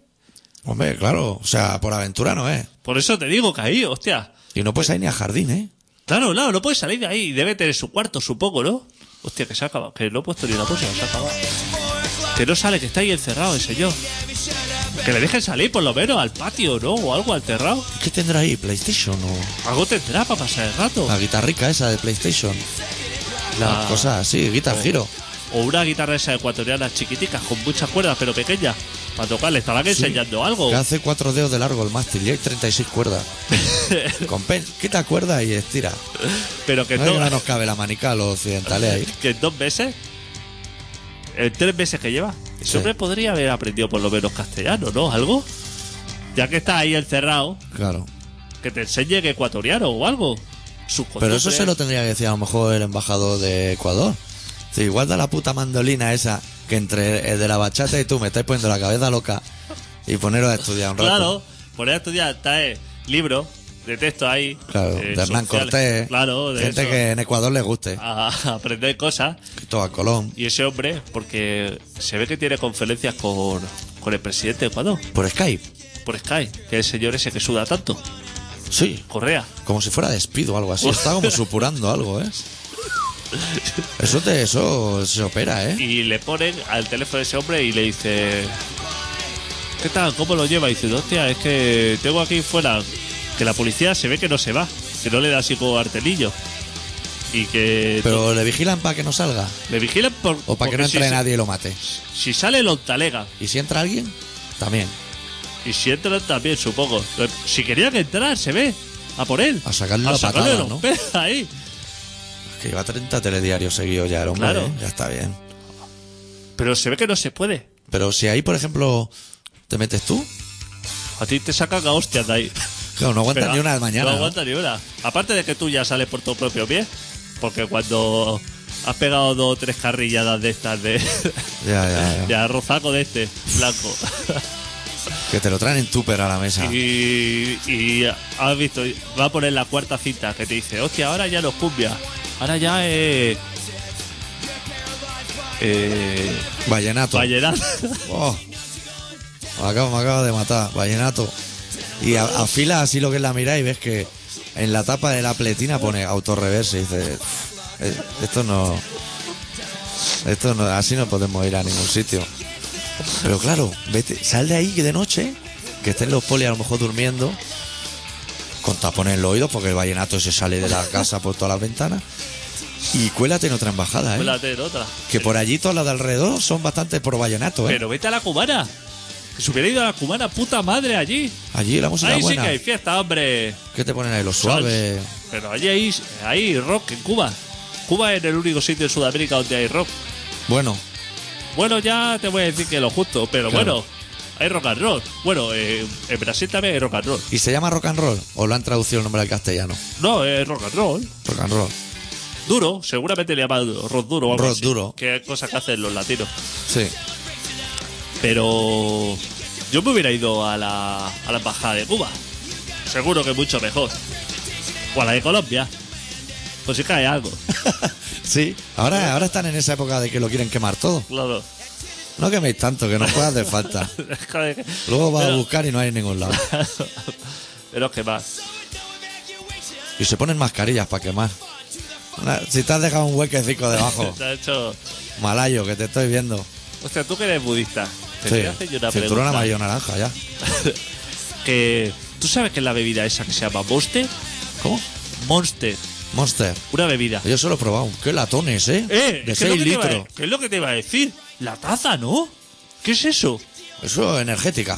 A: Hombre, claro. O sea, por aventura no es.
B: Por eso te digo que ahí, hostia.
A: Y no puedes ir ni a jardín, ¿eh?
B: Claro, no, no puede salir de ahí. Debe tener su cuarto, supongo, ¿no? Hostia, que se ha acabado. Que no he puesto ni una cosa, se ha acabado. Que no sale, que está ahí encerrado, ese yo. Que le dejen salir, por lo menos, al patio, ¿no? O algo, al terrado.
A: ¿Qué tendrá ahí? ¿PlayStation o
B: Algo tendrá para pasar el rato.
A: la guitarrica esa de PlayStation?
B: La- Ah.
A: Las cosas así, Guitar
B: Oh.
A: Hero.
B: O una guitarra esa ecuatoriana chiquitica, con muchas cuerdas, pero pequeñas. Para tocar, le estarán enseñando algo.
A: Que hace cuatro dedos de largo el mástil y hay 36 cuerdas.
B: <laughs>
A: Compen quita cuerdas y estira.
B: pero que
A: No, no
B: no.
A: nos cabe la manica a los occidentales ahí.
B: <laughs> Que en dos meses. En tres meses que lleva. Ese
A: Sí.
B: hombre podría haber aprendido por lo menos castellano, ¿no? Algo. Ya que está ahí encerrado.
A: Claro.
B: que te enseñe que ecuatoriano o algo. Sus
A: Pero eso
B: costumbres.
A: se lo tendría que decir a lo mejor el embajador de Ecuador. Si guarda la puta mandolina esa que entre el de la bachata y tú me estáis poniendo la cabeza loca y poneros a estudiar un rato.
B: Claro, poner a estudiar trae libros de texto ahí.
A: Claro,
B: eh,
A: de Hernán
B: sociales.
A: Cortés.
B: Claro, de
A: gente
B: eso,
A: que en Ecuador le guste.
B: A, a aprender cosas.
A: Cristóbal Colón.
B: Y ese hombre, porque se ve que tiene conferencias con, con el presidente de Ecuador,
A: Por Skype.
B: por Skype, que es el señor ese que suda tanto,
A: Sí.
B: Correa.
A: Como si fuera despido o algo así. Está como supurando algo, ¿eh? Eso te, eso se opera, ¿eh?
B: Y le ponen al teléfono de ese hombre y le dice: ¿Qué tal? ¿Cómo lo lleva? Y dice: Hostia, es que tengo aquí fuera que la policía se ve que no se va, que no le da así como artelillo. Y que
A: Pero le vigilan para que no salga.
B: le vigilan por.
A: O para
B: porque
A: que no entre
B: si,
A: nadie y lo mate.
B: Si sale, lo talega.
A: Y si entra alguien, también.
B: Y si entran también, supongo. Si querían entrar, se ve. A por él.
A: A sacarle la
B: sacarle
A: patada,
B: los
A: ¿no?
B: pedos ahí.
A: Que lleva 30 telediarios seguidos ya el hombre.
B: Claro.
A: ¿eh? Ya está bien.
B: Pero se ve que no se puede.
A: Pero si ahí, por ejemplo, te metes tú,
B: A ti te sacan a hostias de ahí.
A: claro, no aguantas
B: Pero
A: ni una de mañana.
B: No
A: ¿no?
B: aguanta ni una. Aparte de que tú ya sales por tu propio pie, porque cuando has pegado dos o tres carrilladas de estas de,
A: Ya, ya, ya.
B: de arrozaco de este blanco
A: Que te lo traen en tupper a la mesa.
B: y, y has visto, va a poner la cuarta cita que te dice, hostia, ahora ya no es cumbia, ahora ya es eh,
A: Vallenato.
B: vallenato".
A: Oh. Me acabo, me acabo de matar, vallenato. Y a- afila así lo que es la mira y ves que en la tapa de la pletina pone autorreverse y dices, "Eh, esto no, esto no, así no podemos ir a ningún sitio. Pero claro, vete, sal de ahí que de noche, que estén los polis a lo mejor durmiendo, con tapones en los oídos porque el vallenato se sale de la casa por todas las ventanas. Y cuélate en otra embajada, ¿eh?
B: <laughs> Cuélate en otra.
A: Que por allí todas las de alrededor son bastante por vallenato, ¿eh?
B: Pero vete a la cubana. Que se hubiera ido a la cubana, puta madre, allí.
A: Allí la música
B: Ahí
A: es
B: sí
A: buena.
B: que hay fiesta, hombre.
A: ¿Qué te ponen ahí? Los suaves.
B: Pero allí hay, hay rock en Cuba. Cuba es el único sitio en Sudamérica donde hay rock.
A: Bueno,
B: Bueno, ya te voy a decir que lo justo, pero
A: Claro.
B: bueno, hay rock and roll. Bueno, eh, en Brasil también hay rock and roll.
A: ¿y se llama rock and roll? ¿O lo han traducido el nombre al castellano?
B: No, es rock and roll.
A: Rock and roll.
B: Duro, seguramente le llaman rock duro o algo
A: Rock
B: así,
A: duro.
B: Que es cosa que hacen los latinos.
A: Sí.
B: Pero yo me hubiera ido a la, a la embajada de Cuba. Seguro que mucho mejor. O a la de Colombia. Pues si cae algo.
A: <laughs> Sí. Ahora, ahora están en esa época de que lo quieren quemar todo.
B: Claro.
A: No queméis tanto, que nos puede hacer falta.
B: <laughs> Joder.
A: Luego vas a
B: Pero-
A: buscar y no hay en ningún lado.
B: Pero es que más. <laughs>
A: Y se ponen mascarillas para quemar. Una- si te has dejado un huequecico debajo,
B: Te ha hecho
A: Malayo, que te estoy viendo.
B: Hostia, tú que eres budista. Te
A: Sí.
B: voy a hacer yo una
A: Cinturón
B: pregunta.
A: amarillo naranja, ya.
B: que tú sabes que es la bebida esa que se llama Monster,
A: ¿Cómo?
B: Monster,
A: Monster.
B: una bebida.
A: Yo solo he probado. Qué latones, ¿eh?
B: Eh,
A: de
B: ¿qué es lo
A: 6
B: que te iba a-
A: litros.
B: ¿Qué es lo que te iba a decir? La taza, ¿no? ¿Qué es eso?
A: Eso energética.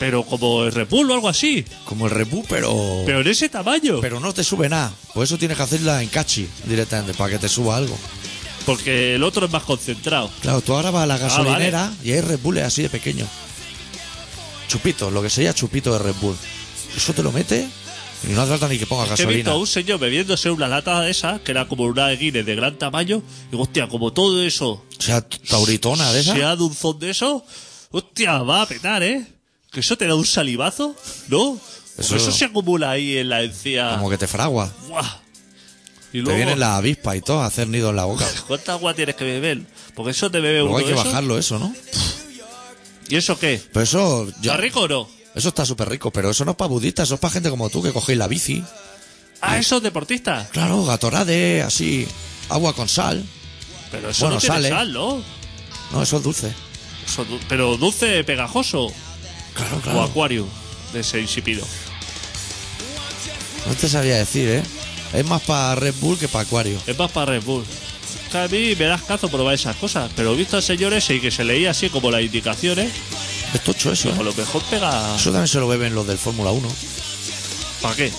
B: Pero como el Repul o algo así.
A: Como el repú, pero...
B: Pero en ese tamaño.
A: Oh. pero no te sube nada. Por eso tienes que hacerla en cachi directamente, para que te suba algo.
B: Porque el otro es más concentrado.
A: Claro, tú ahora vas a la
B: Ah, vale.
A: gasolinera y hay Red Bull así de pequeño. Chupito, lo que sería chupito de Red Bull. Eso te lo mete y no hace falta ni que ponga
B: He visto
A: gasolina.
B: a un señor bebiéndose una lata de esa, que era como una Guinness de gran tamaño. Y digo, hostia, como todo eso.
A: O sea, tauritona de esa.
B: Sea dulzón de eso. Hostia, va a petar, ¿eh? Que eso te da un salivazo, ¿no? Eso,
A: Eso-
B: eso se acumula ahí en la encía.
A: Como que te fragua.
B: ¡Buah!
A: Te
B: Y luego,
A: vienen las avispas y todo a hacer nido en la
B: <laughs>
A: boca.
B: ¿cuánta agua tienes que beber? Porque eso te bebe
A: Luego
B: uno
A: hay
B: de
A: que
B: esos.
A: bajarlo eso, ¿no?
B: ¿Y eso qué?
A: Pero eso... yo-
B: ¿Está rico o no?
A: Eso está súper rico, pero eso no es para budistas, eso es para gente como tú que cogéis la bici.
B: Ah, esos deportistas.
A: Claro, gatorade, así, agua con sal.
B: Pero eso
A: Bueno,
B: no tiene
A: sale.
B: sal, ¿no?
A: No, eso es dulce.
B: Eso du- pero dulce pegajoso
A: Claro,
B: o
A: claro.
B: acuario de ese insípido.
A: No te sabía decir, ¿eh? Es más para Red Bull que para Acuario.
B: Es más para Red Bull. Que a mí me das cazo probar esas cosas, pero he visto a señores y que se leía así como las indicaciones.
A: Es tocho eso,
B: A
A: ¿eh?
B: lo mejor pega.
A: Eso también se lo beben los del Fórmula 1.
B: ¿Para qué?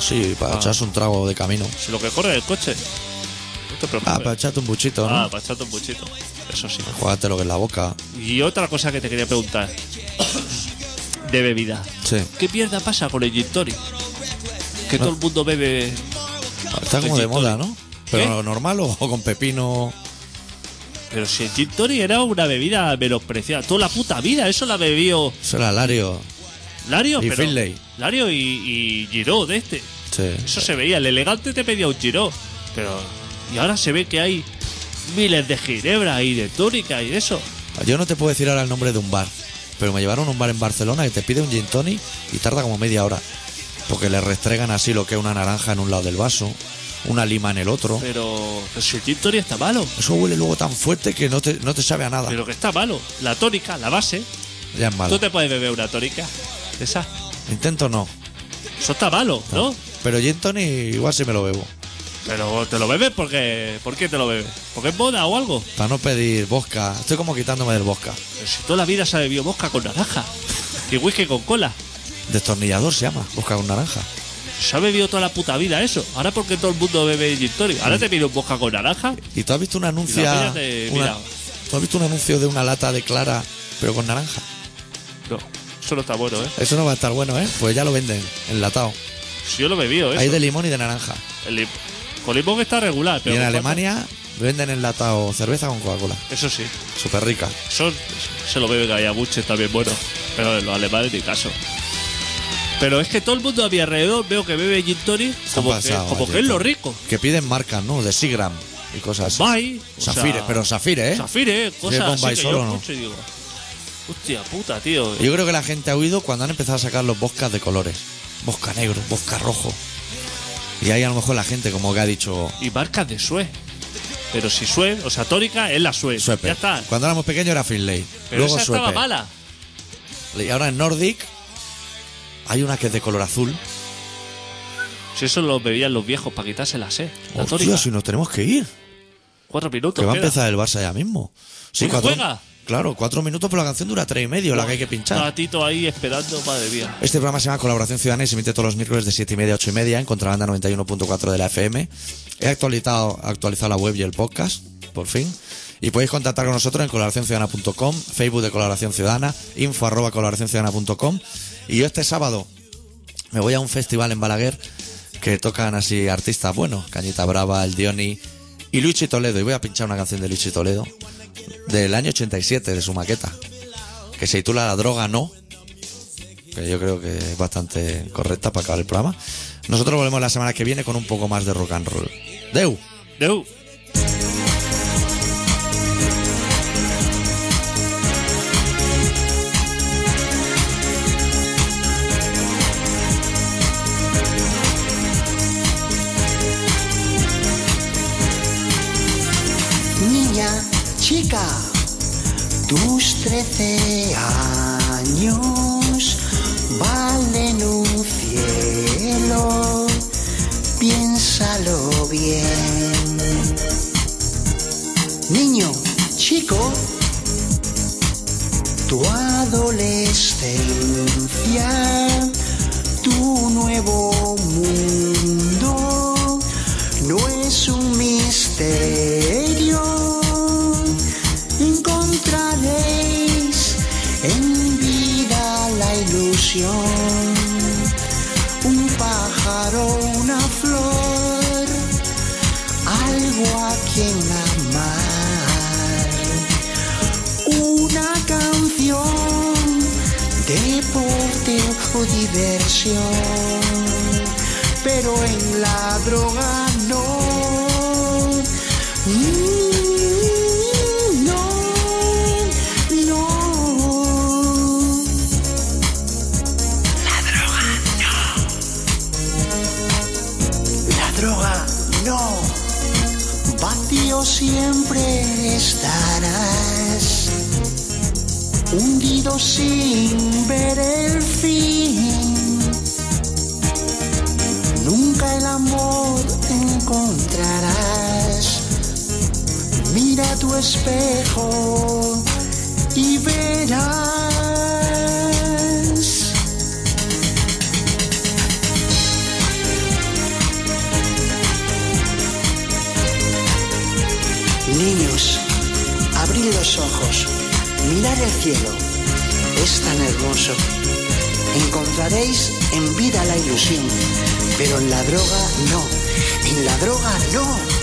A: Sí, para
B: Ah.
A: echarse un trago de camino.
B: Si lo que corre es el coche. No te preocupes.
A: Ah, para echarte un buchito,
B: Ah,
A: ¿no?
B: para echarte un puchito. Eso sí.
A: Jugártelo que en la boca.
B: Y otra cosa que te quería preguntar. <coughs> De bebida.
A: Sí.
B: ¿Qué mierda pasa con el gin tonic? Que todo el mundo bebe.
A: Está como de moda, ¿no? Pero
B: ¿Qué?
A: normal o <laughs> o con pepino.
B: Pero si el gin tonic era una bebida menospreciada. Toda la puta vida, eso la bebió
A: Eso era Lario.
B: Lario.
A: Y
B: pero-
A: Finlay.
B: Lario y, y Giraud de este.
A: Sí.
B: Eso se veía. El elegante te pedía un Giro. Pero. Y ahora se ve que hay miles de ginebra y de tónica y de eso.
A: Yo no te puedo decir ahora el nombre de un bar, pero me llevaron a un bar en Barcelona que te pide un gin tonic y tarda como media hora. Porque le restregan así lo que es una naranja en un lado del vaso, una lima en el otro.
B: Pero. pero si el gin tonic está malo.
A: Eso huele luego tan fuerte que no te, no te sabe a nada.
B: Pero que está malo. La tónica, la base.
A: Ya es malo.
B: Tú te puedes beber una tónica. de Esa.
A: Intento no.
B: Eso está malo, ¿no?
A: Pero gin tonic igual si me lo bebo.
B: Pero te lo bebes porque. ¿Por qué te lo bebes? ¿Porque es moda o algo?
A: Para no pedir vodka. Estoy como quitándome del vodka.
B: Pero si toda la vida se ha bebido mosca con naranja. Y whisky con cola.
A: Destornillador se llama. Vodka con naranja.
B: Se ha bebido toda la puta vida eso. Ahora porque todo el mundo bebe gin tonic. Ahora te pido un mosca con naranja.
A: ¿Y tú has visto un anuncio?
B: peña te mira.
A: ¿Tú has visto un anuncio de una lata de clara pero con naranja?
B: No, eso no está bueno, ¿eh?
A: Eso no va a estar bueno, ¿eh? Pues ya lo venden enlatado.
B: Si yo lo he bebido, ¿eh?
A: Hay de limón y de naranja.
B: El lim- Con limón está
A: Y
B: regular, pero...
A: en
B: con
A: Alemania venden enlatado cerveza con Coca-Cola.
B: cuatro- Eso sí.
A: Súper rica.
B: Son... Se lo bebe Gallabuche, está bien bueno. Pero en los alemanes ni caso. Pero es que todo el mundo a mi alrededor veo que bebe gin tonic
A: Se han
B: como, que,
A: pasado,
B: como
A: oye,
B: que es lo
A: tú.
B: rico.
A: Que piden marcas, ¿no? De Sigram y cosas así.
B: Bombay, o sea,
A: Zafire, pero Zafire, ¿eh?
B: Zafire, cosas así
A: Bombay
B: que
A: solo,
B: yo
A: ¿no?
B: escucho y digo... Hostia puta, tío.
A: Yo creo que la gente ha huido cuando han empezado a sacar los boscas de colores. Bosca negro, bosca rojo. Y ahí a lo mejor la gente como que ha dicho...
B: Y marcas de Suez. Pero si Suez, o sea, tónica es la Suez.
A: Suepe.
B: Ya está.
A: Cuando éramos pequeños era Finlay.
B: Pero
A: luego
B: esa
A: Suepe.
B: estaba mala.
A: Y ahora en Nordic hay una que es de color azul.
B: Si eso lo bebían los viejos para quitarse la sed. La
A: Hostia,
B: tónica.
A: si nos tenemos que ir.
B: Cuatro minutos.
A: Que va a
B: queda.
A: empezar el Barça ya mismo.
B: Uy, juega. Pues
A: Claro, cuatro minutos, pero la canción dura tres y medio, la que hay que
B: Un
A: pinchar.
B: ratito ahí esperando, madre mía.
A: Este programa se llama Colaboración Ciudadana y se emite todos los miércoles de 7 y media a 8 y media en Contrabanda 91.4 de la FM. He actualizado, actualizado la web y el podcast, por fin. Y podéis contactar con nosotros en colaboracionciudadana.com, Facebook de Colaboración Ciudadana, info arroba colaboracionciudadana.com. Y yo este sábado me voy a un festival en Balaguer que tocan así artistas buenos, Cañita Brava, El Dioni y Luchi Toledo. Y voy a pinchar una canción de Luchi Toledo del año 87, de su maqueta, que se titula La droga no, que yo creo que es bastante correcta para acabar el programa. Nosotros volvemos la semana que viene con un poco más de rock and roll. Deu.
B: Deu.
E: Niña, chica, tus 13 años valen un cielo, piénsalo bien. Niño, chico, tu adolescencia, tu nuevo mundo, no es un misterio. Encontraréis en vida la ilusión, un pájaro, una flor, algo a quien amar una canción, deporte o diversión, pero en la droga no. Mm, No, no. La droga no. La droga no vacío siempre estarás, hundido sin ver el fin. Nunca el amor encontrarás. Mira tu espejo y verás. Niños, abrid los ojos, mirad el cielo, es tan hermoso. Encontraréis en vida la ilusión, pero en la droga no, en la droga no.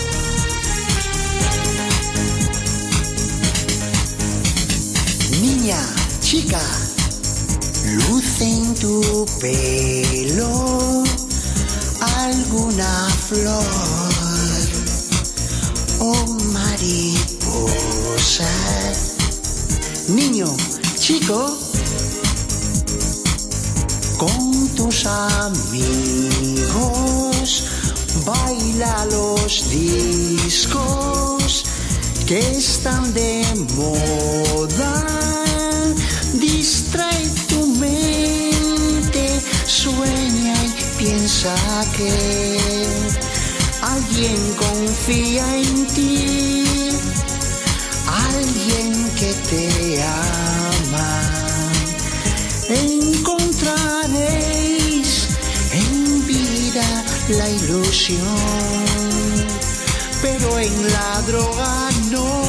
E: Niña, chica, luce en tu pelo alguna flor oh mariposa. Niño, chico, con tus amigos, baila los discos que están de moda. Distrae tu mente, sueña y piensa que Alguien confía en ti, alguien que te ama. Encontraréis en vida la ilusión, pero en la droga no. Mm,